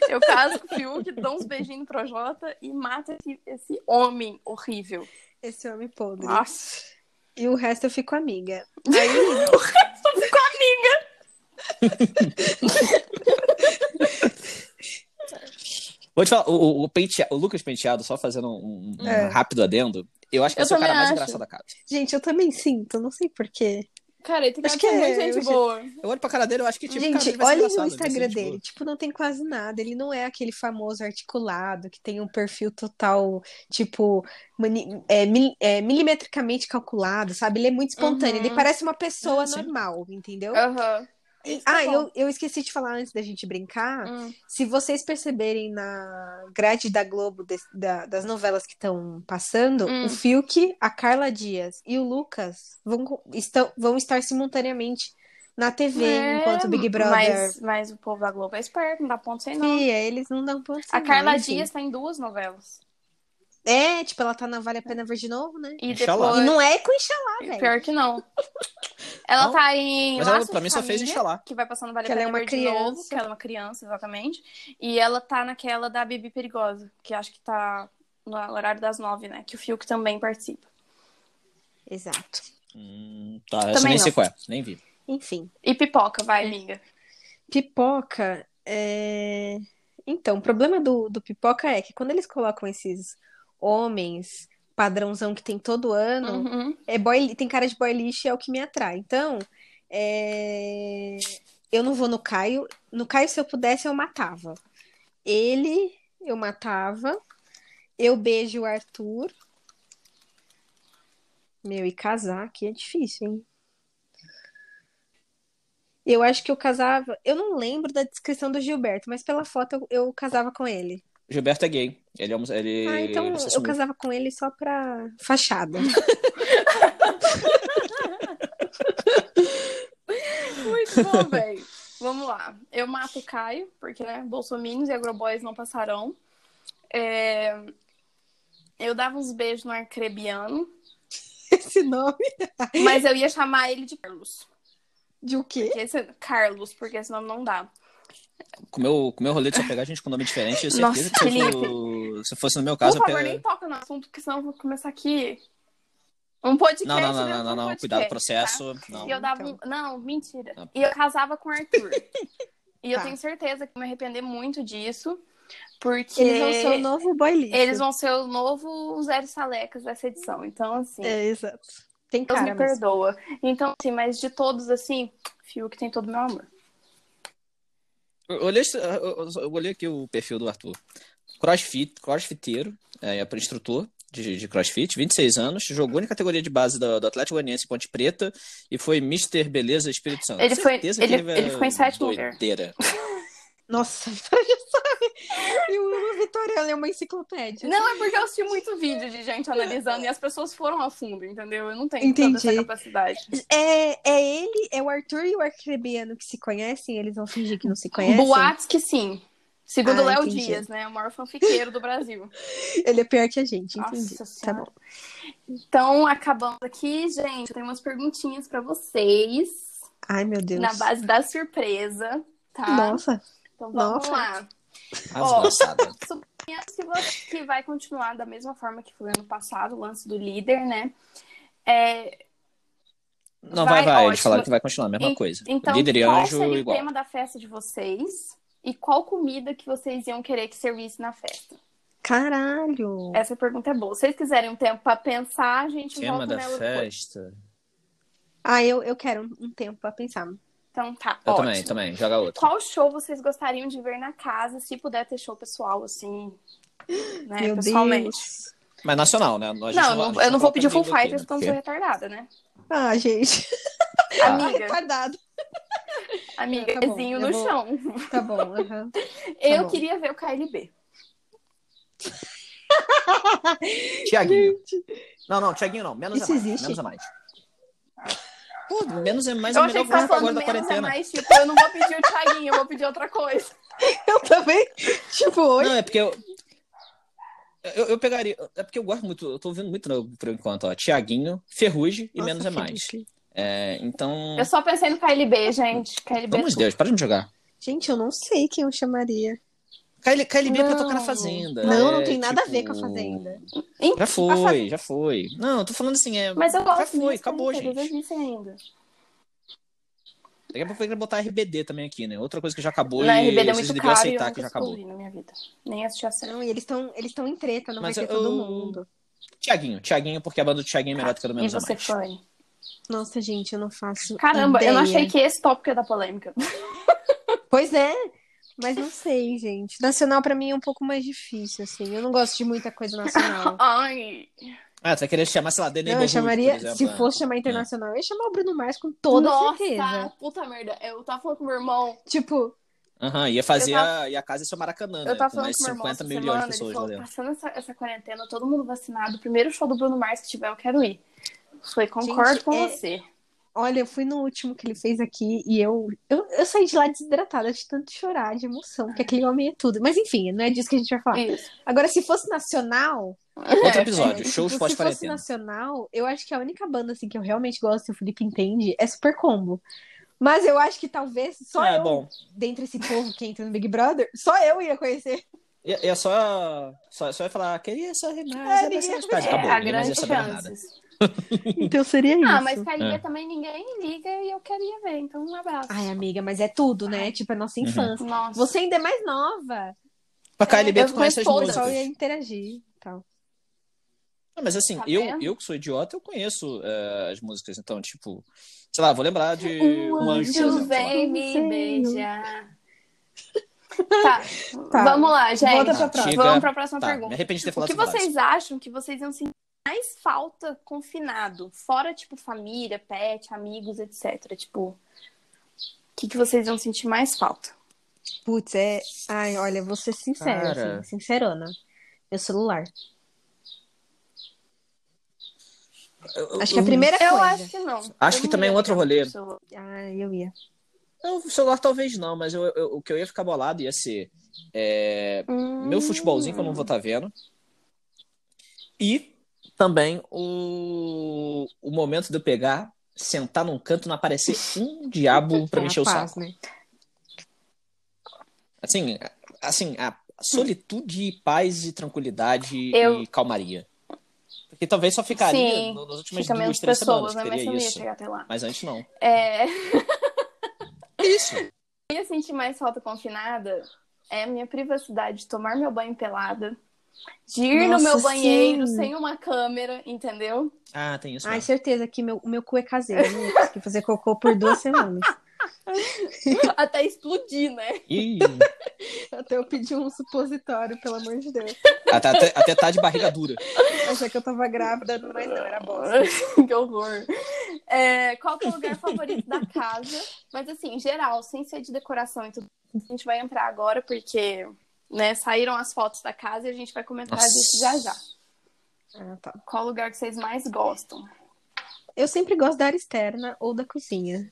Eu caso com o Fiuk, dou uns beijinhos pro Jota e mato esse, esse homem horrível.
Esse homem podre.
Ah.
Nossa.
E o resto eu fico amiga.
Vou te falar, o, o, o Pentea- o Lucas Penteado, só fazendo um, um
É.
rápido adendo, eu acho que
Eu
esse é o cara
também
mais
acho.
engraçado da casa.
Gente, eu também sinto, não sei porquê.
Cara, ele tem
Acho
que ser
que é,
muito gente
eu já-
boa.
Eu olho pra cara dele, eu acho que, tipo, cara,
gente,
ele vai ser
olhem
engraçado,
o
ele vai ser
Instagram
gente boa.
dele. Tipo, não tem quase nada. Ele não é aquele famoso articulado que tem um perfil total, tipo, mani- é, mil- é, milimetricamente calculado, sabe? Ele é muito espontâneo.
Uhum.
Ele parece uma pessoa
Ah, sim. é
normal, entendeu?
Aham.
Ah,
bom.
eu, eu esqueci de falar antes da gente brincar.
Hum.
Se vocês perceberem na grade da Globo des- da- das novelas que estão passando,
Hum.
o Fiuk, a Carla Dias e o Lucas vão, co- estão, vão estar simultaneamente na TV
É,
enquanto o Big Brother.
Mas, mas o povo da Globo é esperto, não dá ponto sem não.
Fia, eles não dão ponto.
A
sem
Carla
nó, enfim.
Dias tá em duas novelas.
É, tipo, ela tá na Vale a Pena Ver de novo, né?
E
Inxalá.
E
depois.
não é com Inxalá, velho.
Pior que não. Ela
Não?
tá em.
Mas ela,
Laços
pra
de
mim, só fez
Família,
instalar.
Que vai passando Vale a
Que ela é
Pena
uma
Ver de novo,
criança.
que ela é uma criança, exatamente. E ela tá naquela da Bibi Perigosa, que acho que tá no horário das nove, né? Que o Fiuk também participa.
Exato.
Hum, tá, essa
Também
nem
não.
sei qual é, nem vi.
Enfim.
E pipoca,
É.
vai, amiga.
Pipoca é. Então, o problema do, do pipoca é que quando eles colocam esses homens padrãozão que tem todo ano,
Uhum.
é boy, tem cara de boy lixo e é o que me atrai. Então, é, eu não vou no Caio. No Caio, se eu pudesse, eu matava. Ele, eu matava. Eu beijo o Arthur. Meu, e casar aqui é difícil, hein? Eu acho que eu casava. Eu não lembro da descrição do Gilberto, mas pela foto eu, eu casava com ele.
Gilberto é gay. Ele é homo- ele,
Ah, então
ele se
eu
assumiu.
casava com ele só pra fachada.
Muito bom, velho. Vamos lá. Eu mato o Caio, porque, né, bolsominions e agroboys não passarão. É, Eu dava uns beijos no arcrebiano,
Esse nome
mas eu ia chamar ele de Carlos.
de o quê?
Porque esse... Carlos, porque esse nome não dá.
Com o meu, com o meu rolê de só pegar gente com nome diferente, eu tenho certeza
Nossa,
que se, eu for- se fosse no meu caso,
Por favor,
eu
nem
pegaria.
toca no assunto, porque senão eu vou começar aqui um podcast.
Não, não, não,
dentro
não,
de
não,
um
não.
podcast,
Cuidado,
tá?
processo. Não.
E eu dava
então.
um... Não, mentira.
Não.
E eu casava com o Arthur. e eu
Tá.
tenho certeza que eu me arrepender muito disso, porque...
Eles vão ser o novo boy lixo.
Eles vão ser o novo Zero Salecas dessa edição. Então, assim,
É, exato. Tem
Deus
cara
me
mesmo.
perdoa. Então, assim, mas de todos, assim, Fiuk tem todo o meu amor.
Eu olhei, eu- eu- eu olhei aqui o perfil do Arthur. Crossfit, crossfiteiro, é, é instrutor de, de crossfit, 26 anos, jogou na categoria de base do, do Atlético Goianiense em Ponte Preta e foi Mr. Beleza Espírito Santo.
Ele foi-
Certeza
ele-
que vai-
ele ficou em sétimo lugar.
doideira.
Nossa, a Vitória já sabe. E o Lu Vitória, ela é uma enciclopédia.
Não, é porque eu assisti muito vídeo de gente analisando e as pessoas foram a fundo, entendeu? Eu não tenho toda
Entendi.
essa capacidade.
É, é ele, é o Arthur e o Arcrebiano que se conhecem? Eles vão fingir que não se conhecem?
Boatos que sim. Segundo
Ah,
o Léo
entendi.
Dias, né? O maior fanfiqueiro do Brasil.
Ele é pior que a gente, entendi.
Nossa
Tá
senhora.
bom.
Então, acabamos aqui, gente. Eu tenho umas perguntinhas pra vocês.
Ai, meu Deus.
Na base da surpresa, tá?
Nossa.
Então vamos
nossa.
lá.
As
Ó.
engraçadas.
Penso que você- que vai continuar da mesma forma que foi ano passado, o lance do líder, né? É,
Não,
Vai,
vai, vai. Eles
ótimo.
falaram que vai continuar a mesma
E-
coisa.
então,
Líder e
qual
anjo
seria
igual.
o tema da festa de vocês? E qual comida que vocês iam querer que servisse na festa?
Caralho.
Essa pergunta é boa. Se vocês quiserem um tempo pra pensar, a gente
Tema
volta
da
nela depois.
festa.
Ah, eu, eu quero um- um tempo pra pensar.
Então tá,
Eu
ótimo.
também, também. Joga outro.
Qual show vocês gostariam de ver na casa, se puder ter show pessoal, assim, né,
meu
pessoalmente?
Deus.
Mas nacional, né? Nós
Não, eu não, eu não vou pedir Full Fighters porque eu não
porque
sou retardada, né?
Ah, gente.
Ah,
Amiga,
Retardado.
amiga,
Tá bom,
pezinho
eu
no
vou-
chão.
Tá bom. aham.
Eu
bom.
queria ver o KLB.
Tiaguinho. Não, não, Tiaguinho não. Menos
Isso
é mais.
existe?
Menos é mais. Pô, menos é mais
eu
é o
achei
melhor
que tava
grupo agora
falando
da
menos é
quarentena.
mais, tipo, eu não vou pedir o Thiaguinho, eu vou pedir outra coisa.
Eu também. Tipo, hoje.
Não, é porque eu. Eu, eu pegaria. É porque eu gosto muito. Eu tô ouvindo muito no- por enquanto, ó. Tiaguinho, Ferrugem e
Nossa,
menos é mais.
Felipe.
É, então.
Eu é só pensei no KLB, gente. KLB.
Pelo amor de Deus, para de me jogar.
Gente, eu não sei quem eu chamaria.
KL, KLB é pra
Não.
tocar na Fazenda.
Não,
é,
não tem nada a ver
tipo,
com a Fazenda.
Já
A
foi,
Fazenda-
já foi. Não, eu tô falando assim, é.
Mas eu gosto
Já foi,
disso,
acabou,
gente. Eu
gente.
vejo isso ainda.
Daqui a pouco eu quero botar RBD também aqui, né? Outra coisa que já acabou
Na
e
RBD é
vocês
muito
deviam
caro e eu
aceitar
nunca
que já acabou.
descobri na minha vida. Nem assisti a série.
Não, e eles estão eles tão em treta, não
Mas
vai ter
eu-
todo mundo.
Tiaguinho, Tiaguinho, porque a banda do Tiaguinho é melhor do que a do
E
Menos é
você,
Mais.
Fanny?
Nossa, gente, eu não faço.
Caramba, eu não
ideia.
achei que esse tópico ia dar polêmica.
Pois é, mas não sei, gente. Nacional pra mim é um pouco mais difícil, assim. Eu não gosto de muita coisa nacional.
Ai.
Ah, você vai querer chamar, sei lá, The
Não, eu
Neighborhood, por
chamaria,
exemplo,
se
né?
fosse chamar internacional, eu ia chamar o Bruno Mars com toda
Nossa,
certeza.
puta merda. Eu tava falando com meu irmão.
Tipo,
Aham, ia fazer
Eu tava-
a, ia casa em seu Maracanã, né?
Eu tava
Com
falando
mais
com meu irmão
50
essa
milhões
semana.
de
ele
pessoas
falou,
valendo.
passando essa, essa quarentena, todo mundo vacinado. Primeiro show do Bruno Mars que tiver, eu quero ir. Eu Falei, concordo
Gente,
com
é-
você.
olha, eu fui no último que ele fez aqui e eu, eu, eu saí de lá desidratada de tanto chorar, de emoção, porque aquele homem é tudo. Mas enfim, não é disso que a gente vai falar.
Isso.
Agora, se fosse nacional,
Outro
É,
episódio,
tipo,
shows
se fosse
pós-quarentena.
nacional, eu acho que a única banda assim que eu realmente gosto, e o Felipe entende, é Super Combo. Mas eu acho que talvez só
É,
eu,
bom,
dentre esse povo que entra no Big Brother, só eu ia conhecer.
ia, ia só, só, só ia falar, queria essa
É,
Renata, é,
ninguém-
essa tarde,
É,
acabou,
a
ninguém mais ia
grande
saber mais nada.
chance.
Então seria isso.
Ah, mas Caía
É.
também ninguém liga e eu queria ver, então um abraço.
Ai, amiga, mas é tudo, né? Tipo, é nossa
Uhum.
infância.
Nossa.
Você ainda é mais nova.
Pra Kylie
eu
Bento conhece as
respondo,
O pessoal ia
músicas.
interagir e tal.
Não, mas assim,
Tá
eu,
vendo?
eu que sou idiota, eu conheço eh, as músicas, então, tipo, sei lá, vou lembrar de
Um
Um Anjo, por
Tu
exemplo, sei lá.
vem me beijar. Tá,
Tá.
vamos lá, gente.
Volta pra
Ah, próxima. chega.
Vamos pra próxima
Tá, me
pergunta.
arrependi de ter
O
falado
que
essa frase.
vocês acham que vocês iam sentir mais falta confinado? Fora, tipo, família, pet, amigos, etc. Tipo, o que, que vocês iam sentir mais falta?
Putz, é. Ai, olha, vou ser sincera,
Cara.
assim, sincerona. Meu celular.
Eu-
Acho que a primeira
Eu
coisa.
acho que não.
Acho
Eu
que
não
também
ia
é outro
ligar
rolê.
pro celular.
Ai, eu ia.
Não, o celular talvez não, mas eu- eu- o que eu ia ficar bolado ia ser é,
Hum,
meu futebolzinho que eu não vou estar vendo. E também o, o momento de eu pegar, sentar num canto, não aparecer um diabo pra
É
me
a
encher o
paz,
saco.
né?
Assim, a- assim, a solitude, e paz e tranquilidade
Eu-
e calmaria. Porque talvez só ficaria
Sim,
no- nas últimas
Fica menos
duas, três
pessoas,
semanas
né?
que
Mas você
teria
não ia
isso.
chegar até lá.
Mas antes não.
É.
Isso.
Eu ia sentir mais falta confinada é a minha privacidade de tomar meu banho pelada, de ir no
Nossa,
meu banheiro
sim.
sem uma câmera, entendeu?
Ah, tem isso.
Ai,
mesmo.
certeza que meu, o meu cu é caseiro. Eu não ia conseguir fazer cocô por duas semanas.
Até explodir, né?
Ih,
Até eu pedi um supositório, pelo amor de Deus.
até, até, até tá de barriga dura.
Achei que eu tava grávida, mas não, era bosta.
que horror. É, qual que é o lugar favorito da casa? Mas assim, em geral, sem ser de decoração e tudo. A gente vai entrar agora porque, né, saíram as fotos da casa e a gente vai comentar
Nossa.
disso já já.
Ah, tá.
Qual lugar que vocês mais gostam?
Eu sempre gosto da área externa ou da cozinha.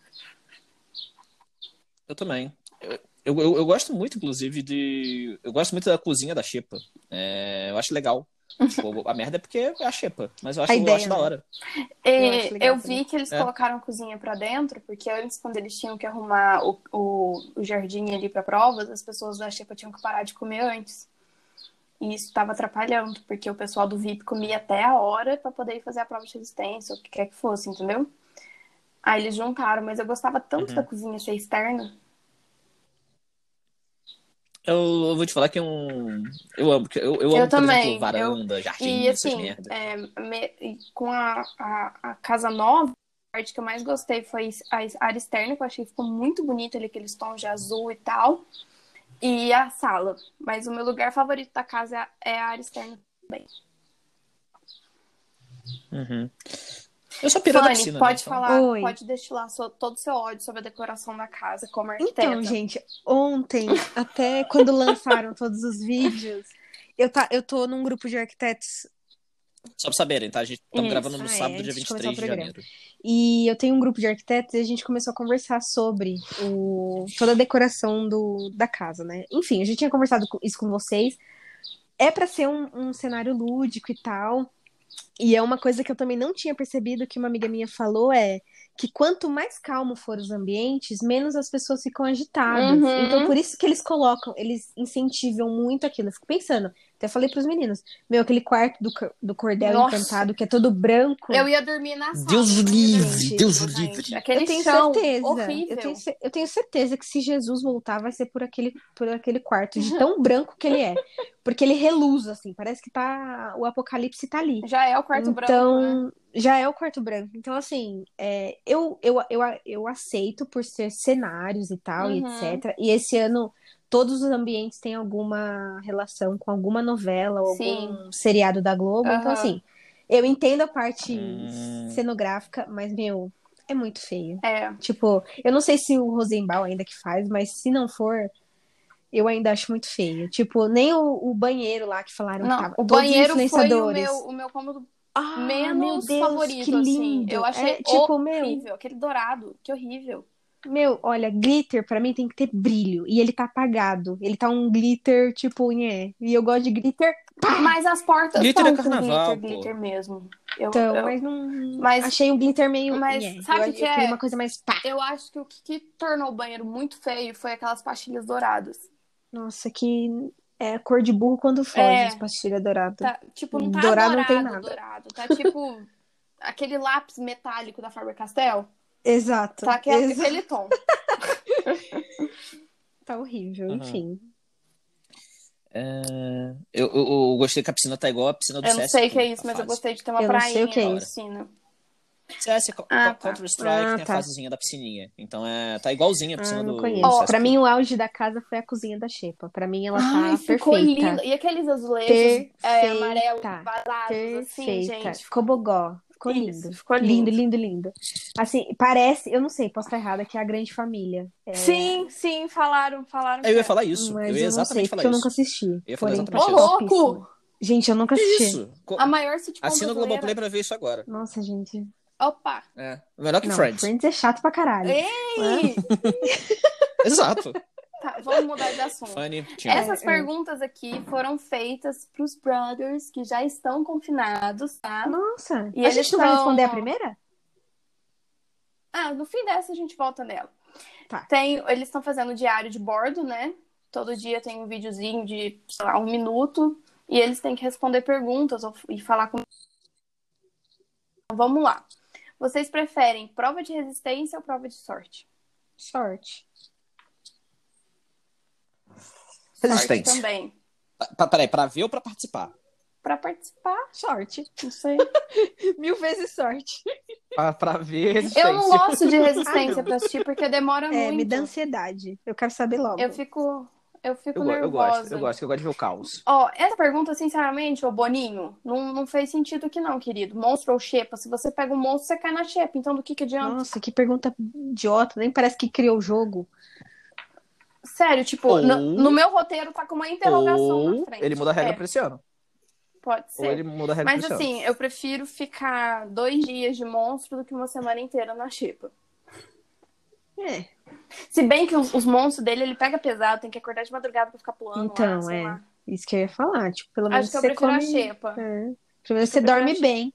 Eu também. Eu, eu, eu gosto muito, inclusive, de. Eu gosto muito da cozinha da Xepa. É, eu acho legal. Tipo, a merda é porque é a Xepa, mas eu acho,
A
eu
ideia,
acho da
né?
hora.
É,
Eu
Eu,
acho legal também.
vi que eles
É.
colocaram cozinha pra dentro, porque antes, quando eles tinham que arrumar o, o, o jardim ali pra provas, as pessoas da Xepa tinham que parar de comer antes. E isso tava atrapalhando, porque o pessoal do VIP comia até a hora pra poder ir fazer a prova de resistência, ou o que quer que fosse, entendeu? Aí eles juntaram, mas eu gostava tanto
Uhum.
da cozinha ser externa.
Eu, eu vou te falar que é um. Eu amo. que Eu, eu amo, por
também,
exemplo, varanda, jardim,
E
essas
assim,
merdas.
é, me- e com a, a, a casa nova, a parte que eu mais gostei foi a área externa, que eu achei que ficou muito bonito ali, aqueles tons de azul e tal. E a sala. Mas o meu lugar favorito da casa é a- é a área externa.
Uhum. Eu sou pirata da
Fanny,
piscina.
pode
né, então.
falar,
Oi.
pode destilar so- todo o seu ódio sobre a decoração da casa como arquiteta.
Então, gente, ontem, até quando lançaram todos os vídeos, eu, tá, eu tô num grupo de arquitetos
Só pra saberem, tá? A gente estamos
Isso.
gravando no
Ah, é,
sábado, dia
antes de
23
começar o
de
programa.
janeiro.
e eu tenho um grupo de arquitetos e a gente começou a conversar sobre o, toda a decoração do, da casa, né? Enfim, a gente tinha conversado com- isso com vocês. É pra ser um, um cenário lúdico e tal. E é uma coisa que eu também não tinha percebido que uma amiga minha falou é que quanto mais calmo for os ambientes, menos as pessoas ficam agitadas.
Uhum.
Então por isso que eles colocam, eles incentivam muito aquilo. Eu fico pensando, até falei pros meninos, meu, aquele quarto do, cor- do cordel
Nossa.
encantado que é todo branco.
Eu ia dormir na sala.
Deus
eu
o
não ia dormir.
livre,
gente,
Deus o
Gente,
livre.
Aquele
eu tenho
chão
certeza.
horrível.
Eu tenho, cer- eu tenho certeza que se Jesus voltar, vai ser por aquele, por aquele quarto
Uhum.
de tão branco que ele é. Porque ele reluz, assim. Parece que tá. O apocalipse tá ali.
Já é o quarto
então,
branco, né?
já é o quarto branco. Então, assim, é, eu, eu, eu, eu aceito por ser cenários e tal, e
Uhum.
etc. E esse ano. Todos os ambientes têm alguma relação com alguma novela ou
Sim.
algum seriado da Globo. Então,
Aham.
assim, Eu entendo a parte
Hum.
cenográfica, mas, meu, é muito feio.
É.
Tipo, eu não sei se o Rosenbaum ainda que faz, mas se não for, eu ainda acho muito feio. Tipo, nem o, o banheiro lá que falaram que
Não,
tava.
o
todos
banheiro foi o
influenciadores.
meu, o meu cômodo
Ah, meu
menos
Deus,
favorito,
que
assim.
lindo.
Eu achei
É, tipo, meu,
horrível. Aquele dourado, que horrível.
Meu, olha, glitter pra mim tem que ter brilho. E ele tá apagado. Ele tá um glitter, tipo, nhé. E eu gosto de glitter,
Mas as portas
Glitter
estão
é carnaval,
com glitter,
pô.
glitter mesmo. Eu,
então,
eu,
mas não.
Mas-
Achei um glitter meio.
mas
nhé.
sabe
eu,
o que
eu queria
é?
uma coisa mais pá.
eu acho que o que, que tornou o banheiro muito feio foi aquelas pastilhas douradas.
Nossa, que é cor de burro quando foge
É.
as pastilhas douradas.
Tá, tipo, não tá dourado,
Dourado não tem nada.
dourado. Tá tipo aquele lápis metálico da Faber-Castell.
Exato.
Tá aquele,
Exa-
aquele tom.
Tá horrível,
Aham.
enfim. Ah,
Eu, eu- eu gostei que a piscina tá igual a piscina do
Eu não
Sesc,
sei o que é
né,
isso,
a
mas eu
fase.
gostei de ter uma
Eu não
prainha assim, né?
sei o que é
na
isso.
piscina.
CS, é, co- co-
Ah, tá.
Counter-Strike
Ah,
tem
tá.
a fasezinha da piscininha. Então é, tá igualzinha a piscina
Ah, não
do.
conheço.
do
Ó,
Sesc.
pra mim, o auge da casa foi a cozinha da Xepa. Pra mim, ela tá
Ai,
perfeita.
ficou linda. E aqueles azulejos é,
Perfeita.
amarelo vazados, assim,
Perfeita.
gente.
ficou bogó. Ficou
Isso,
lindo.
ficou lindo.
Lindo, lindo, lindo. Assim, parece, eu não sei, posso estar errada, que é a grande família. É,
Sim, sim, falaram, falaram.
Eu ia falar isso. eu ia
mas eu, não sei,
exatamente
porque
falar
eu nunca
isso.
assisti.
Eu ia falar
Porém,
exatamente
tá
isso. Ô, louco!
topíssima. Gente, eu nunca
Que
assisti.
isso? Co-
A maior sitcom
Assina o
brasileira.
Globoplay pra ver isso agora.
Nossa, gente.
Opa!
É. Melhor que
não,
Friends.
Friends é chato pra caralho.
Ei!
Exato.
Tá, vamos mudar de assunto.
Funny. Tinha.
Essas
É, é.
perguntas aqui foram feitas pros brothers que já estão confinados, tá?
Nossa.
E
a
eles
gente não vai
são-
responder a primeira?
Ah, no fim dessa a gente volta nela.
Tá.
Tem, eles estão fazendo diário de bordo, né? Todo dia tem um videozinho de, sei lá, um minuto. E eles têm que responder perguntas ou- e falar com. Vamos lá. Vocês preferem prova de resistência ou prova de sorte?
Sorte.
Sorte
Resistência.
também.
Ah, Pa- Peraí, pra ver ou pra participar?
Pra participar,
Sorte.
não sei.
Mil vezes sorte.
Pra, pra ver resistência.
Eu não gosto de
Ah,
resistência
não.
pra assistir porque demora
É,
muito.
me dá ansiedade. Eu quero saber logo.
Eu fico, eu fico
Eu, go- eu
nervosa.
gosto, eu gosto, eu gosto de ver o caos.
Ó, essa pergunta, sinceramente, ô Boninho, não, não fez sentido aqui não, querido. Monstro ou xepa? Se você pega um monstro, você cai na xepa. Então, do que que adianta?
Nossa, que pergunta idiota. Nem parece que criou o jogo. Ah.
Sério, tipo,
Ou-
no, no meu roteiro tá com uma interrogação na
Ou
frente.
ele muda a regra
É,
pra esse ano.
Pode
Ou ele
ser.
muda a regra
Mas
pra esse ano.
assim, eu prefiro ficar dois dias de monstro do que uma semana inteira na xepa.
É.
Se bem que os, os monstros dele, ele pega pesado, tem que acordar de madrugada pra ficar pulando lá,
Então,
sei
é.
lá.
Isso que eu ia falar. Tipo, pelo menos
Acho que eu
você
prefiro a
come.
xepa.
É. Pelo menos você
Eu prefiro a
dorme
xepa.
bem.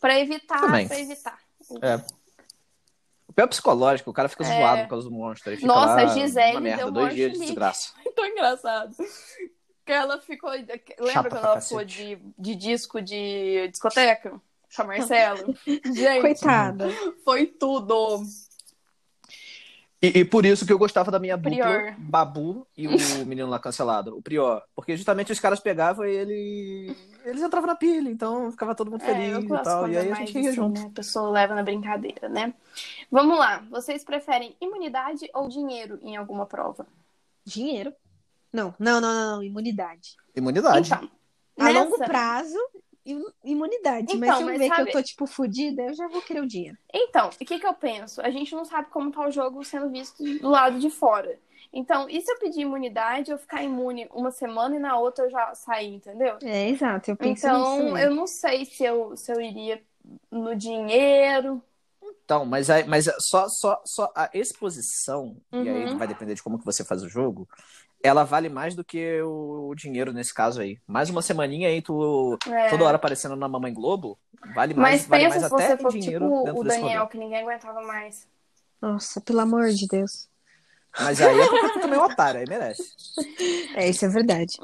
Pra evitar,
Também.
pra evitar.
O pior é psicológico, o cara fica
É.
zoado por causa do monstro. Ele fica
Nossa,
lá,
a Gisele
uma
deu
merda,
um
dois dias de
monte de-
desgraça.
Tão Então, é engraçado. Que ela ficou. Lembra
Chata
quando
pra
ela ficou de, de disco de discoteca? Com a Marcelo? Gente,
Coitada.
foi tudo.
E, e por isso que eu gostava da minha dupla,
Prior.
Babu e o menino lá cancelado, o Prior. Porque justamente os caras pegavam e ele... eles entravam na pilha, então ficava todo mundo
é, eu
feliz e
gosto
tal.
quando
E
é
aí a
mais
gente ia
assim,
junto.
né? A pessoa leva na brincadeira, né? Vamos lá. Vocês preferem imunidade ou dinheiro em alguma prova?
Dinheiro. Não, não, não, não, não. Imunidade.
Imunidade.
Então,
A longo
nessa-
prazo, im- imunidade. mas
Então,
se eu
mas
ver que
sabe-
eu tô, tipo, fodida, eu já vou querer o dinheiro.
Então, o que, que eu penso? A gente não sabe como tá o jogo sendo visto do lado de fora. Então, e se eu pedir imunidade, eu ficar imune uma semana e na outra eu já sair, entendeu?
É, exato. Eu penso nisso.
Então,
né?
mesmo.
eu não sei se eu, se eu iria no dinheiro.
Então, mas, aí, mas só, só, só a exposição, e aí
Uhum.
vai depender de como que você faz o jogo, ela vale mais do que o, o dinheiro nesse caso aí. Mais uma semaninha aí, tu
É.
toda hora aparecendo na Mamãe Globo, vale mais,
Mas
vale
pensa
mais
se
até
você
que
for
dinheiro
tipo
dentro
o
desse
Daniel,
momento.
que ninguém aguentava mais.
Nossa, pelo amor de Deus.
Mas aí é porque tu também é um otário, aí merece.
É, isso é verdade.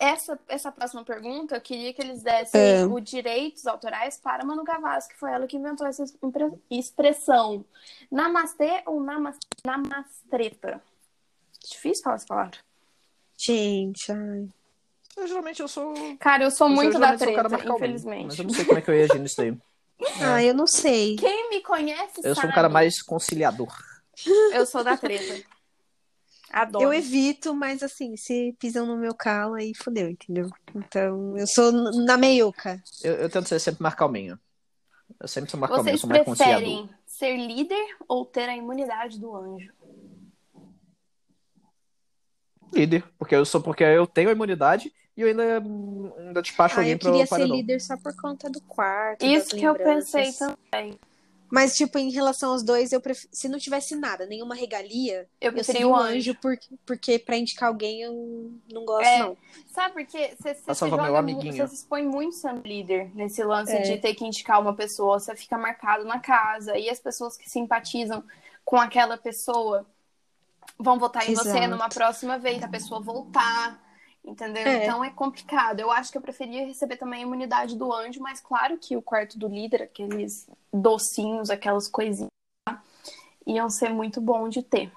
Essa, essa próxima pergunta, eu queria que eles dessem os direitos autorais para Manu Gavassi, que foi ela que inventou essa impre- expressão. Namastê ou namas, namastreta? Difícil falar essa palavra.
Gente, ai.
Eu, geralmente eu sou.
Cara, eu sou
eu
muito da
geralmente sou o cara
treta,
marcar alguém, Mas eu
infelizmente.
não sei como é que eu ia agir nisso daí.
Ah, eu não sei.
Quem me conhece
Eu sou um
sabe,
cara mais conciliador.
eu sou da treta. Adoro.
Eu evito, mas assim, se pisam no meu calo, aí fodeu, entendeu? Então, eu sou n- na meiuca.
Eu, eu tento ser sempre mais calminho. Eu sempre sou mais calminho, eu
Vocês
sou mais
preferem
conciliador.
ser líder ou ter a imunidade do anjo?
Líder, porque eu sou porque eu tenho a imunidade e eu ainda, hum, ainda despacho
Ah,
alguém
eu
pra
queria ser
paredão.
líder só por conta do quarto.
Isso
das
que eu
lembranças.
pensei também.
Mas, tipo, em relação aos dois, eu pref... se não tivesse nada, nenhuma regalia,
Eu
eu
preferi
seria
o
um
anjo.
anjo, por- porque pra indicar alguém eu não gosto,
É.
não.
Sabe por quê? Você você
Nossa,
se
meu
joga
amiguinho.
mu- você se expõe muito sendo líder nesse lance
É.
de ter que indicar uma pessoa, você fica marcado na casa, e as pessoas que simpatizam com aquela pessoa vão votar em você
Exato.
numa próxima vez, a pessoa voltar. Entendeu?
É.
Então é complicado. Eu acho que eu preferia receber também a imunidade do anjo, mas claro que o quarto do líder, aqueles docinhos, aquelas coisinhas, lá, iam ser muito bom de ter.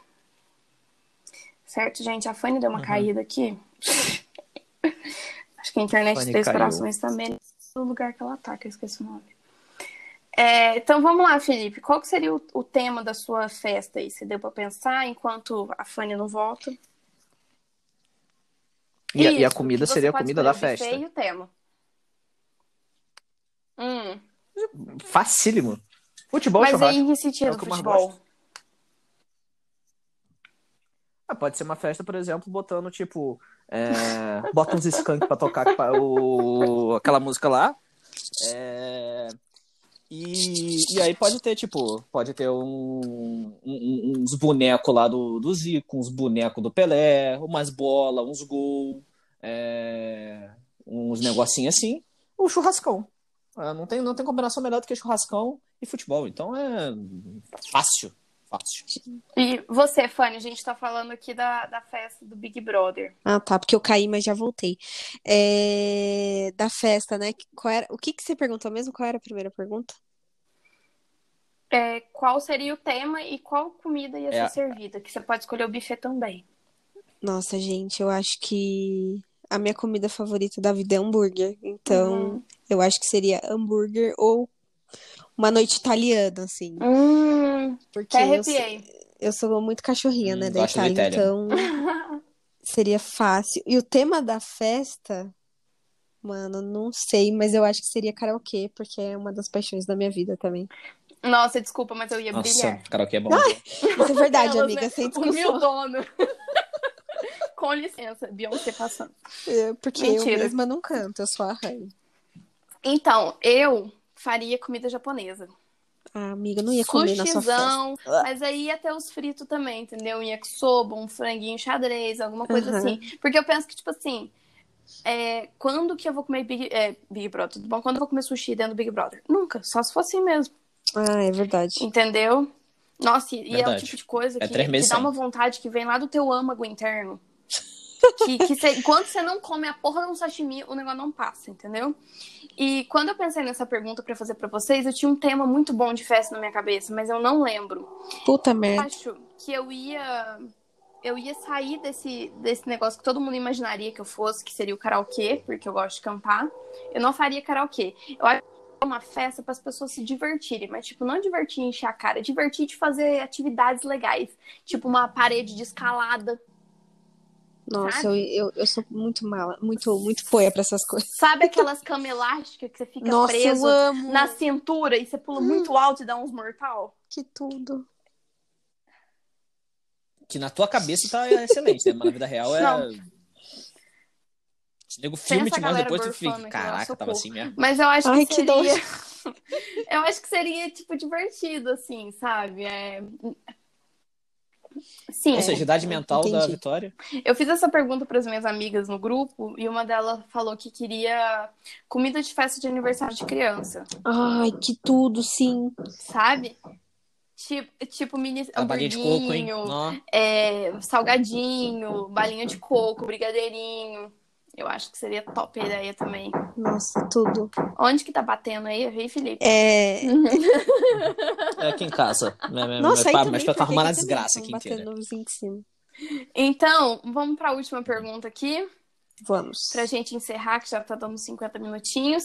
Certo, gente? A Fanny deu uma
Uhum.
caída aqui. Acho que a internet
Fanny
tem
caiu.
corações também. No lugar que ela tá, que eu esqueci o nome. É, então vamos lá, Felipe. Qual que seria o, o tema da sua festa aí? Você deu pra pensar enquanto a Fanny não volta?
E, a- e a
Isso,
comida
você
seria a
pode
comida da
escolher o buffet
festa.
E o tema. Hum,
Facílimo. Futebol e
mas aí
churrasco.
em que
É
sentido
o que eu mais
futebol?
Ah, pode ser uma festa, por exemplo, botando, tipo, é, bota uns skunk pra tocar que pa- o, aquela música lá. É, e, e aí pode ter, tipo, pode ter um- um- uns bonecos lá do, do Zico, uns bonecos do Pelé, umas bolas, uns gol, é, uns negocinhos assim. Um churrascão. Ah, não, tem, não tem combinação melhor do que churrascão e futebol. Então é fácil, fácil.
E você, Fanny, a gente tá falando aqui da, da festa do Big Brother.
Ah, tá, porque eu caí, mas já voltei. É, Da festa, né? Qual era... O que que você perguntou mesmo? Qual era a primeira pergunta?
É, qual seria o tema e qual comida ia
É.
ser servida? Que você pode escolher o buffet também.
Nossa, gente, eu acho que a minha comida favorita da vida é hambúrguer. Então,
Uhum.
eu acho que seria hambúrguer ou uma noite italiana, assim.
Hum,
Porque
até
eu, sou-
arrepiei.
eu sou muito cachorrinha, né,
Hum,
da
gosto do
Itália.
italiano.
Então, seria fácil. E o tema da festa, mano, não sei, mas eu acho que seria karaokê, porque é uma das paixões da minha vida também.
Nossa, desculpa, mas eu ia
Nossa,
brilhar.
karaokê é bom.
Isso é verdade,
Aquelas,
amiga,
né?
sem
O
discussão.
meu dono. Com licença, Beyoncé passando.
É, Porque
Mentira.
eu mesma não canto, eu só arranho.
Então, eu faria comida japonesa.
Ah, amiga, eu não ia comer na sua festa.
Sushizão, mas aí ia ter os fritos também, entendeu? Um yakisoba, um franguinho xadrez, alguma coisa
Aham.
assim. Porque eu penso que, tipo assim, é, quando que eu vou comer Big, é, Big Brother? Tudo bom? Quando eu vou comer sushi dentro do Big Brother? Nunca, só se for assim mesmo,
Ah, é verdade.
entendeu? Nossa, e é o
Verdade.
tipo de coisa
É
que,
três meses
que dá
sem.
uma vontade que vem lá do teu âmago interno. que, que cê- enquanto você não come a porra de um sashimi, o negócio não passa, entendeu? E quando eu pensei nessa pergunta pra fazer pra vocês, eu tinha um tema muito bom de festa na minha cabeça, mas eu não lembro.
Puta
Eu
merda.
acho que eu ia eu ia sair desse, desse negócio que todo mundo imaginaria que eu fosse, que seria o karaokê, porque eu gosto de cantar. Eu não faria karaokê. Eu acho que é uma festa para as pessoas se divertirem, mas tipo, não divertir em encher a cara, divertir de fazer atividades legais, tipo uma parede de escalada.
Nossa, eu,
Sabe?
eu, eu sou muito mala, muito, muito poia pra essas coisas.
Sabe aquelas cama elástica que você fica
É Nossa,
preso
eu amo. Hum.
na cintura e você pula muito alto e dá uns mortal?
Que tudo.
Que na tua cabeça tá excelente, né? Mas na vida real é.
Não.
Nego filme
Pensa
te
a
manda
galera
depois tu
gorfando
fica.
aqui, ó,
Caraca, tava
socorro.
assim mesmo.
Mas eu acho
Ai,
que
que
seria.
nojo.
eu acho que seria, tipo, divertido, assim, sabe? É... Sim,
Ou seja, idade mental da
entendi.
Vitória.
eu fiz essa pergunta para as minhas amigas no grupo e uma delas falou que queria comida de festa de aniversário de criança,
Ai, que tudo, sim.
sabe? Tipo, tipo mini
A balinha de coco, hein?
hamburguinho,
Nó.
é, salgadinho, balinha de coco, brigadeirinho. Eu acho que seria top a ideia também.
Nossa, tudo.
Onde que tá batendo aí? Eu vi, Felipe.
É.
Uhum.
É aqui em casa. Meu, meu,
Nossa,
meu pai,
aí também,
É, mas pra
porque
arrumar na
aqui também
desgraça
tão
aqui
um batendo
inteira.
no vizinho de cima.
Então, vamos para a última pergunta aqui.
Vamos.
pra gente encerrar, que já tá dando 50 minutinhos.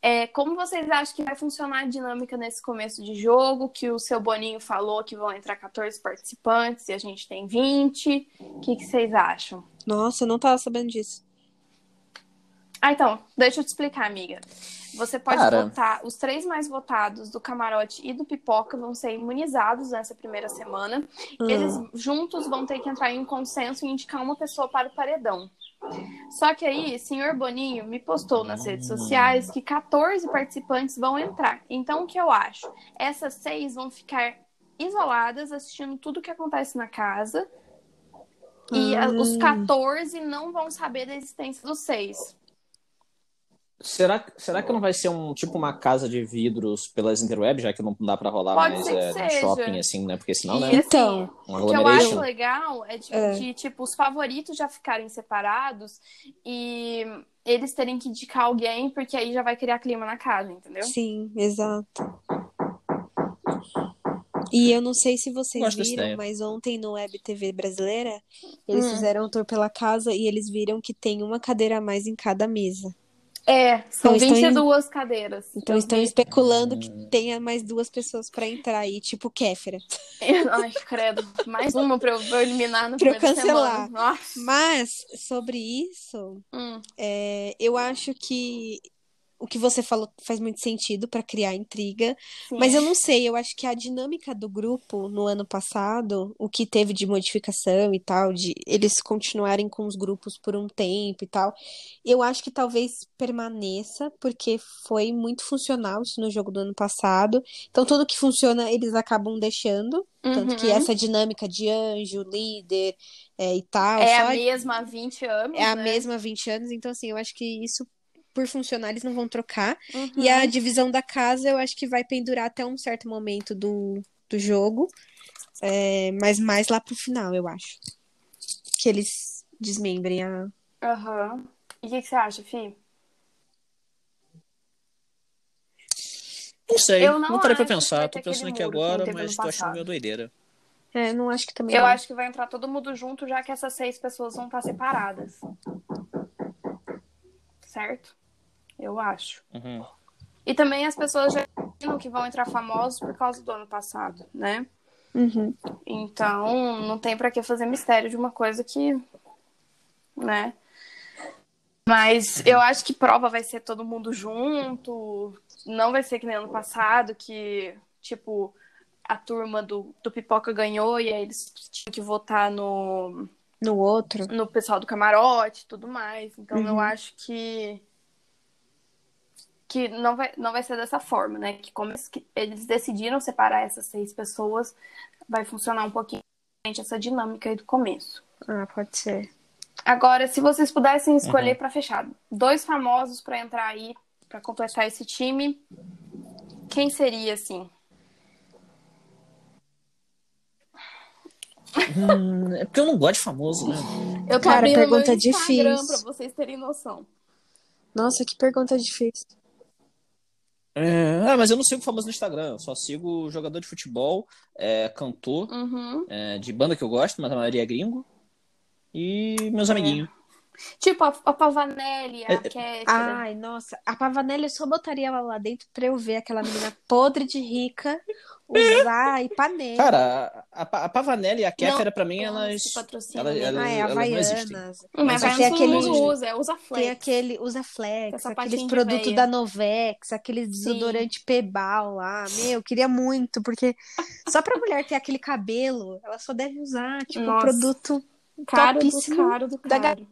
É, como vocês acham que vai funcionar a dinâmica nesse começo de jogo? Que o seu Boninho falou que vão entrar 14 participantes e a gente tem 20. O que, que vocês acham?
Nossa, eu não tava sabendo disso.
Ah, então, deixa eu te explicar, amiga. Você pode
Cara.
votar, os três mais votados do camarote e do pipoca vão ser imunizados nessa primeira semana.
Ah,
Eles juntos vão ter que entrar em um consenso e indicar uma pessoa para o paredão. Só que aí, senhor Boninho me postou nas redes
Hum.
sociais que 14 participantes vão entrar. Então, o que eu acho? Essas seis vão ficar isoladas, assistindo tudo o que acontece na casa. E a- os
Hum.
14 não vão saber da existência dos seis.
Será, será que não vai ser um tipo uma casa de vidros pelas interwebs, já que não dá pra rolar
Pode
mais
ser que
é, no
seja.
shopping, assim, né? Porque senão,
E,
né?
assim,
Então,
Um
O que eu acho
aglomeration.
legal é de,
É.
de, tipo, os favoritos já ficarem separados e eles terem que indicar alguém, porque aí já vai criar clima na casa, entendeu?
Sim, exato. E eu não sei se vocês
Gosto dessa
viram,
ideia.
mas ontem no Web TV brasileira, eles
Hum.
fizeram um tour pela casa e eles viram que tem uma cadeira a mais em cada mesa.
É, são
Então, estão em-
22 cadeiras.
Então
Eu
estão
vi.
especulando que tenha mais duas pessoas pra entrar aí, tipo Kéfera.
Ai, credo. Mais uma pra eu pra eu eliminar no
Pra eu
primeiro semana.
cancelar.
Nossa.
Mas sobre isso,
Hum.
é, eu acho que o que você falou faz muito sentido pra criar intriga.
sim.
Mas eu não sei, eu acho que a dinâmica do grupo no ano passado, o que teve de modificação e tal, de eles continuarem com os grupos por um tempo e tal, eu acho que talvez permaneça, porque foi muito funcional isso no jogo do ano passado. Então, tudo que funciona, eles acabam deixando. Tanto que é
Uhum.
essa dinâmica de anjo, líder, é, e tal,
é a
só
mesma há 20 anos.
é a
né?
mesma há 20 anos. Então, assim, eu acho que isso, por funcionar, eles não vão trocar.
Uhum.
E a divisão da casa eu acho que vai pendurar até um certo momento do, do jogo. É, mas mais lá pro final, eu acho. Que eles desmembrem a.
Aham. E o que, que você acha, Fih?
Não sei.
Eu
Eu
não
não, parei pra
acho que vai
pensar.
ter
Tô pensando
aquele
aqui
muro que
agora,
teve
mas
ano
tô achando
passado.
meio doideira.
É, não acho que também.
Eu
não.
acho que vai entrar todo mundo junto, já que essas seis pessoas vão estar separadas. Certo? Eu acho.
Uhum.
E também as pessoas já imaginam que vão entrar famosos por causa do ano passado, né?
Uhum.
Então, não tem pra que fazer mistério de uma coisa que. né? Mas eu acho que prova vai ser todo mundo junto. Não vai ser que nem ano passado, que, tipo, a turma do, do Pipoca ganhou e aí eles tinham que votar no
No outro.
no pessoal do camarote e tudo mais. Então eu
Uhum.
acho que que não vai, não vai ser dessa forma, né? Que como eles, que eles decidiram separar essas seis pessoas, vai funcionar um pouquinho diferente essa dinâmica aí do começo.
Ah, pode ser.
Agora, se vocês pudessem escolher
Uhum.
pra fechar dois famosos pra entrar aí pra completar esse time, quem seria assim?
Hum, é porque eu não gosto de famoso, né?
Eu tô
Cara,
abrindo
pergunta
meu Instagram
difícil.
pra vocês terem noção.
Nossa, que pergunta difícil.
É, ah, mas eu não sigo famoso no Instagram. Eu só sigo jogador de futebol, é, cantor,
Uhum.
é, de banda que eu gosto, mas a maioria é gringo. E
É.
meus amiguinhos.
Tipo a, a Pavanelli,
É,
a né?
é-
Kéfera.
Ai, nossa. A Pavanelli eu só botaria ela lá dentro pra eu ver aquela menina podre de rica usar Ipanema.
Cara, a, a- a Pavanelli e a Kéfera, pra mim,
Ela
elas.
se patrocina,
Ela,
né?
ela,
ah, é,
elas não existem.
Havaianas.
Mas
Só
vai
que é
não
aquele-
usa, usa
Tem
flex.
aquele usa flex,
Essa patinha
aqueles
de
produtos
veia.
da Novex, aqueles desodorante Pebal lá. Meu, eu queria muito, porque só pra mulher ter aquele cabelo, ela só deve usar, tipo,
Nossa.
produto.
Caro do
topíssimo
caro do
da
caro.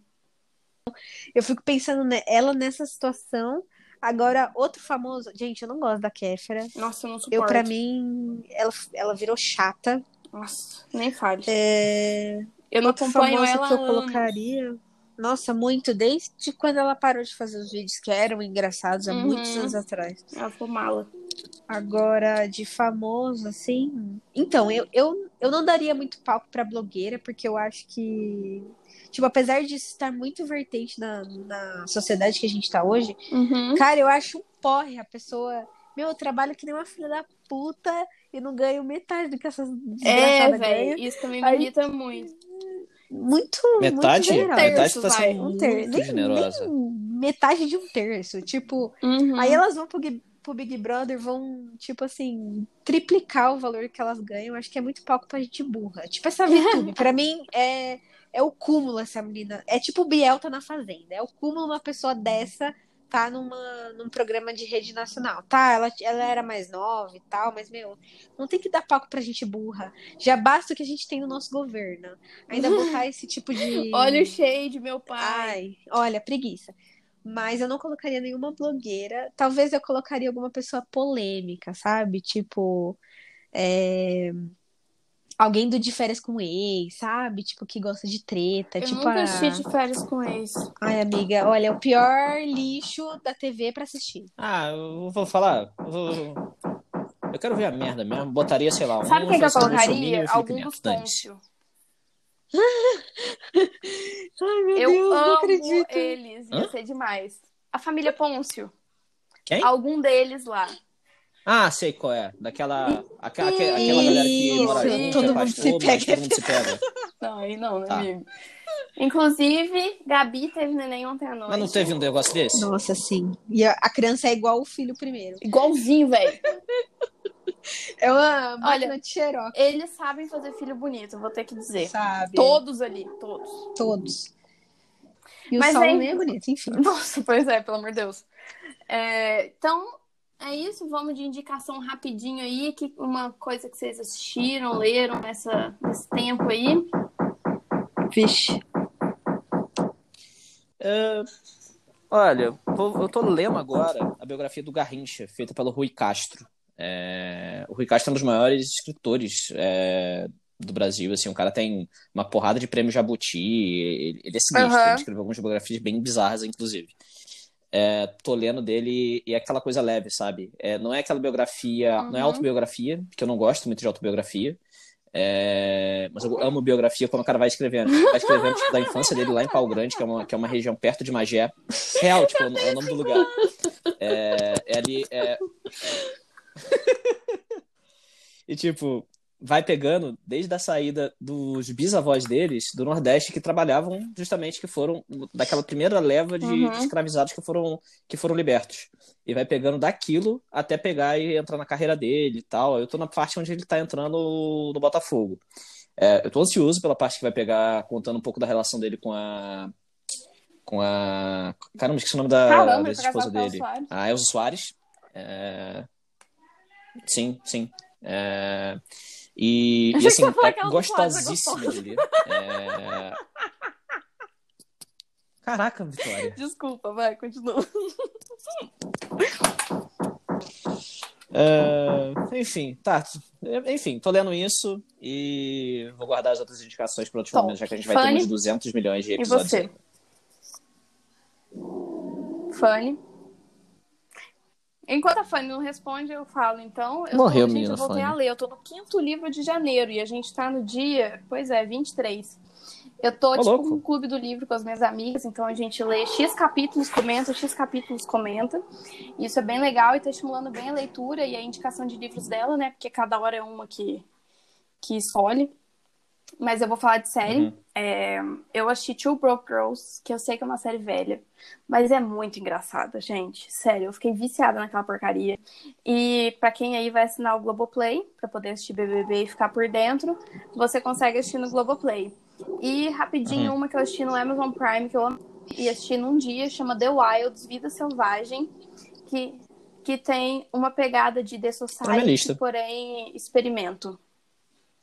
Eu fico pensando, né, ela nessa situação. Agora, outro famoso. Gente, eu não gosto da Kéfera.
Nossa, eu não suporto.
Eu, pra mim, ela, ela virou chata.
Nossa, nem fale.
É...
eu não
outro
acompanho
famoso
ela
que eu
há
colocaria. Nossa, muito, desde quando ela parou de fazer os vídeos que eram engraçados há
Uhum.
muitos anos atrás.
anos. Ela ficou mala.
Agora, de famoso, assim. Então, eu, eu, eu não daria muito palco pra blogueira, porque eu acho que. Tipo, apesar disso estar muito vertente na, na sociedade que a gente tá hoje,
Uhum.
cara, eu acho um porre a pessoa. Meu, eu trabalho que nem uma filha da puta e não ganho metade do que essas
É,
desgraçadas ganham.
velho, isso também me
Aí-
irrita muito.
muito,
Metade?
muito generosa.
Terço,
metade tá
vai,
sendo
um
muito
terço, nem-
generosa. Hum.
Nem metade de um terço. Tipo,
Uhum.
aí elas vão pro, Gui- pro Big Brother, vão, tipo assim, triplicar o valor que elas ganham. Acho que é muito palco pra gente burra. Tipo essa VTube, pra mim é, é o cúmulo essa menina. É tipo o Biel tá na Fazenda. É o cúmulo uma pessoa dessa tá numa, num programa de rede nacional. Tá, ela, ela era mais nova e tal, mas, meu, não tem que dar palco pra gente burra. Já basta o que a gente tem no nosso governo. Ainda botar esse tipo de...
Olha o shade, meu pai.
Ai, olha, preguiça. Mas eu não colocaria nenhuma blogueira. Talvez eu colocaria alguma pessoa polêmica, sabe? Tipo, é, alguém do de férias com ex, sabe? Tipo, que gosta de treta.
eu
tipo,
nunca
a-
assisti de férias com ex.
ai, amiga, olha, é o pior lixo da TV pra assistir.
Ah, eu vou falar. Eu, vou- eu quero ver a merda mesmo. Botaria, sei lá,
Sabe
um
quem que eu
Francisco Mussolini e
colocaria?
o Felipe
Algum
Neto,
dos
dane-se.
Pôncio.
Ai, meu
Eu
Deus, não
amo
acredito.
eles, ia
Hã?
ser demais. A família Pôncio.
Quem?
Algum deles lá.
Ah, sei qual é. Daquela. Aquela, aquela, aquela
Isso,
galera que mora
todo
junto,
mundo
é pastor,
se
mas
pega.
todo mundo se pega.
Não, aí não, né,
Tá.
amigo? Inclusive, Gabi teve neném ontem à noite.
Mas não teve um negócio desse?
Nossa, sim. E a, a criança é igual o filho primeiro.
Igualzinho, velho.
É uma
Olha,
máquina
é,
de xerox,
Eles sabem fazer filho bonito, vou ter que dizer.
sabe?
Todos ali, todos.
Todos. E
Mas
o sol
aí-
nem é bonito, enfim.
Nossa, pois é, pelo amor de Deus. É, então, é isso. Vamos de indicação rapidinho aí, que uma coisa que vocês assistiram, leram nessa, nesse tempo aí.
Vixe.
É, olha, tô- eu tô lendo agora a biografia do Garrincha, feita pelo Rui Castro. É, o Rui Castro é um dos maiores escritores é, do Brasil. Assim, o cara tem uma porrada de prêmios Jabuti. Ele, ele é sinistro.
Aham.
Ele escreveu algumas biografias bem bizarras, inclusive. É, tô lendo dele e é aquela coisa leve, sabe? É, não é aquela biografia, não é
Uhum.
autobiografia, que eu não gosto muito de autobiografia. É, mas eu amo biografia quando o cara vai escrevendo. Vai escrevendo tipo, da infância dele lá em Pau Grande, que é uma, que é uma região perto de Magé. Real, tipo, é o- é o nome do lugar. É, é ali. é- e tipo, vai pegando desde a saída dos bisavós deles do Nordeste que trabalhavam justamente que foram daquela primeira leva de
Uhum.
escravizados que foram que foram libertos. E vai pegando daquilo até pegar e entrar na carreira dele e tal. Eu tô na parte onde ele tá entrando no Botafogo. É, eu tô ansioso pela parte que vai pegar, contando um pouco da relação dele com a. Com a. Caramba, esqueci o nome da,
Caramba,
da
ele
É, esposa
casado com a
dele.
Soares.
A Elza Soares. É... Sim, sim. É... E, e
Eu achei que
assim,
você ia falar
é
que a Elza
gostosíssima
Soares
de ler. É... Caraca, Vitória.
Desculpa, vai, continua.
É, Enfim, tá. Enfim, tô lendo isso e vou guardar as outras indicações para outros
Top.
momentos, já que a gente vai
Fanny?
ter uns 200 milhões de
E
episódios.
você? Fanny? Enquanto a Fanny não responde, eu falo, então. Eu
Morreu,
tô, gente,
menina
eu voltei
Fanny.
a ler. Eu tô no quinto livro de janeiro e a gente tá no dia, pois é, 23. Eu
Ô,
tô, tipo,
louco.
num clube do livro com as minhas amigas, então a gente lê X capítulos, comenta, X capítulos, comenta. Isso é bem legal e tá estimulando bem a leitura e a indicação de livros dela, né? Porque cada hora é uma que, que escolhe. Mas eu vou falar de série.
Uhum.
É, eu assisti Two Broke Girls, que eu sei que é uma série velha, mas é muito engraçada, gente. Sério, eu fiquei viciada naquela porcaria. E pra quem aí vai assinar o Globoplay, pra poder assistir BBB e ficar por dentro, você consegue assistir no Globoplay. E rapidinho,
Uhum.
uma que eu assisti no Amazon Prime, que eu amei, e assisti num dia, chama The Wilds, Vida Selvagem, que, que tem uma pegada de The
Tá na minha
Society,
lista.
porém experimento.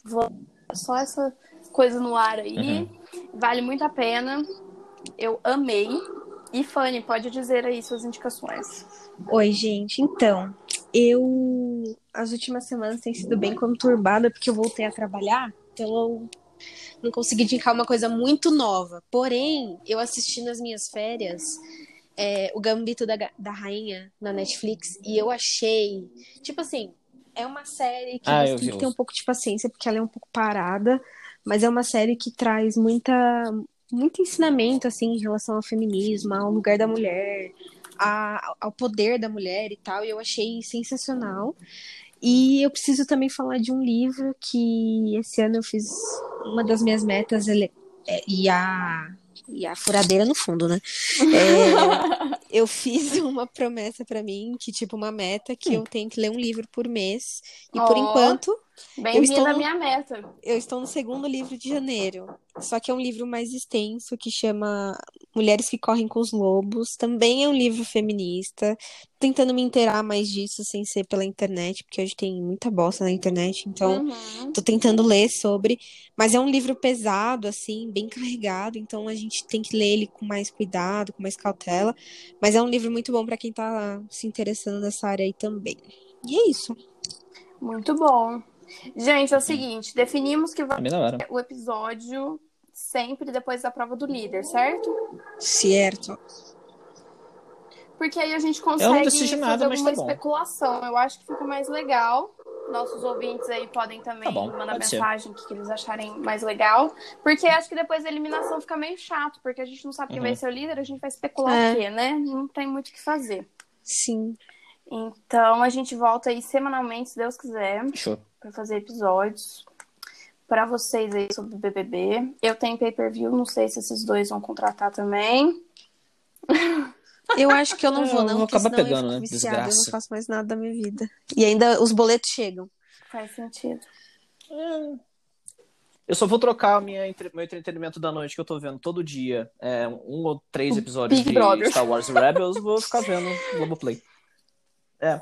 Vou só essa coisa no ar aí.
Uhum.
Vale muito a pena. Eu amei. E Fanny, pode dizer aí suas indicações.
Oi, gente. Então, eu. As últimas semanas têm sido bem conturbada porque eu voltei a trabalhar, então eu não consegui indicar uma coisa muito nova. Porém, eu assisti nas minhas férias é, O Gambito da, Ga- da Rainha na Netflix e eu achei. Tipo assim, é uma série que
Ah,
você
eu
tem
vi
que ter um
uns.
pouco de paciência porque ela é um pouco parada, mas é uma série que traz muita. Muito ensinamento, assim, em relação ao feminismo, ao lugar da mulher, a- ao poder da mulher e tal, e eu achei sensacional. E eu preciso também falar de um livro que esse ano eu fiz. Uma das minhas metas ele- é, e a e a furadeira no fundo, né? É, eu fiz uma promessa pra mim, que tipo, uma meta, que eu tenho que ler um livro por mês. E
Ó.
por enquanto, Eu
Bem-vindo
estou
à
no-
minha meta.
eu estou no segundo livro de janeiro. Só que é um livro mais extenso, que chama Mulheres que Correm com os Lobos. Também é um livro feminista. Tentando me inteirar mais disso sem ser pela internet, porque hoje tem muita bosta na internet. Então,
Uhum.
Tô tentando ler sobre, mas é um livro pesado, assim, bem carregado, então a gente tem que ler ele com mais cuidado, com mais cautela. Mas é um livro muito bom pra quem tá se interessando nessa área aí também. E é isso.
Muito bom. Gente, é
Uhum.
o seguinte, definimos que vai
É bem da hora.
ser o episódio sempre depois da prova do líder, certo?
Certo.
Porque aí a gente
Eu não
consegue
decidi
fazer
nada, mas
alguma
tá bom.
especulação. Eu acho que fica mais legal. Nossos ouvintes aí podem também
Tá bom,
mandar
pode ser.
mensagem que eles acharem mais legal. Porque acho que depois da eliminação fica meio chato, porque a gente não sabe quem
Uhum.
vai ser o líder, a gente vai especular
É.
o quê, né? Não tem muito o que fazer.
Sim.
Então a gente volta aí semanalmente, se Deus quiser,
Fechou.
pra fazer episódios pra vocês aí sobre o BBB. Eu tenho pay-per-view, não sei se esses dois vão contratar também.
Eu acho que eu não
É,
vou,
eu
não,
vou
porque
acabar
senão
pegando,
eu
né?
fico viciada, eu não
Desgraça.
faço mais nada da minha vida. E ainda os boletos chegam.
Faz sentido.
Eu só vou trocar o minha, entre- meu entretenimento da noite que eu tô vendo todo dia. É, um ou três episódios
Big
de
Brother.
Star Wars Rebels, vou ficar vendo Globoplay. É.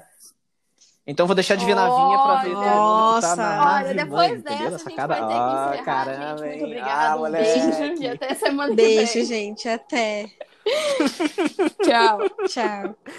Então vou deixar de ver navinha pra ver todo mundo que tá na, na
Nossa.
Olha,
Vinha,
depois
entendeu?
dessa, a
Nessa
gente
cara-
vai ter que encerrar,
Ah, caramba,
gente. Muito
hein?
obrigada.
Ah,
um
moleque.
beijo e até semana que
Beijo,
vem.
gente. Até.
Tchau.
Tchau.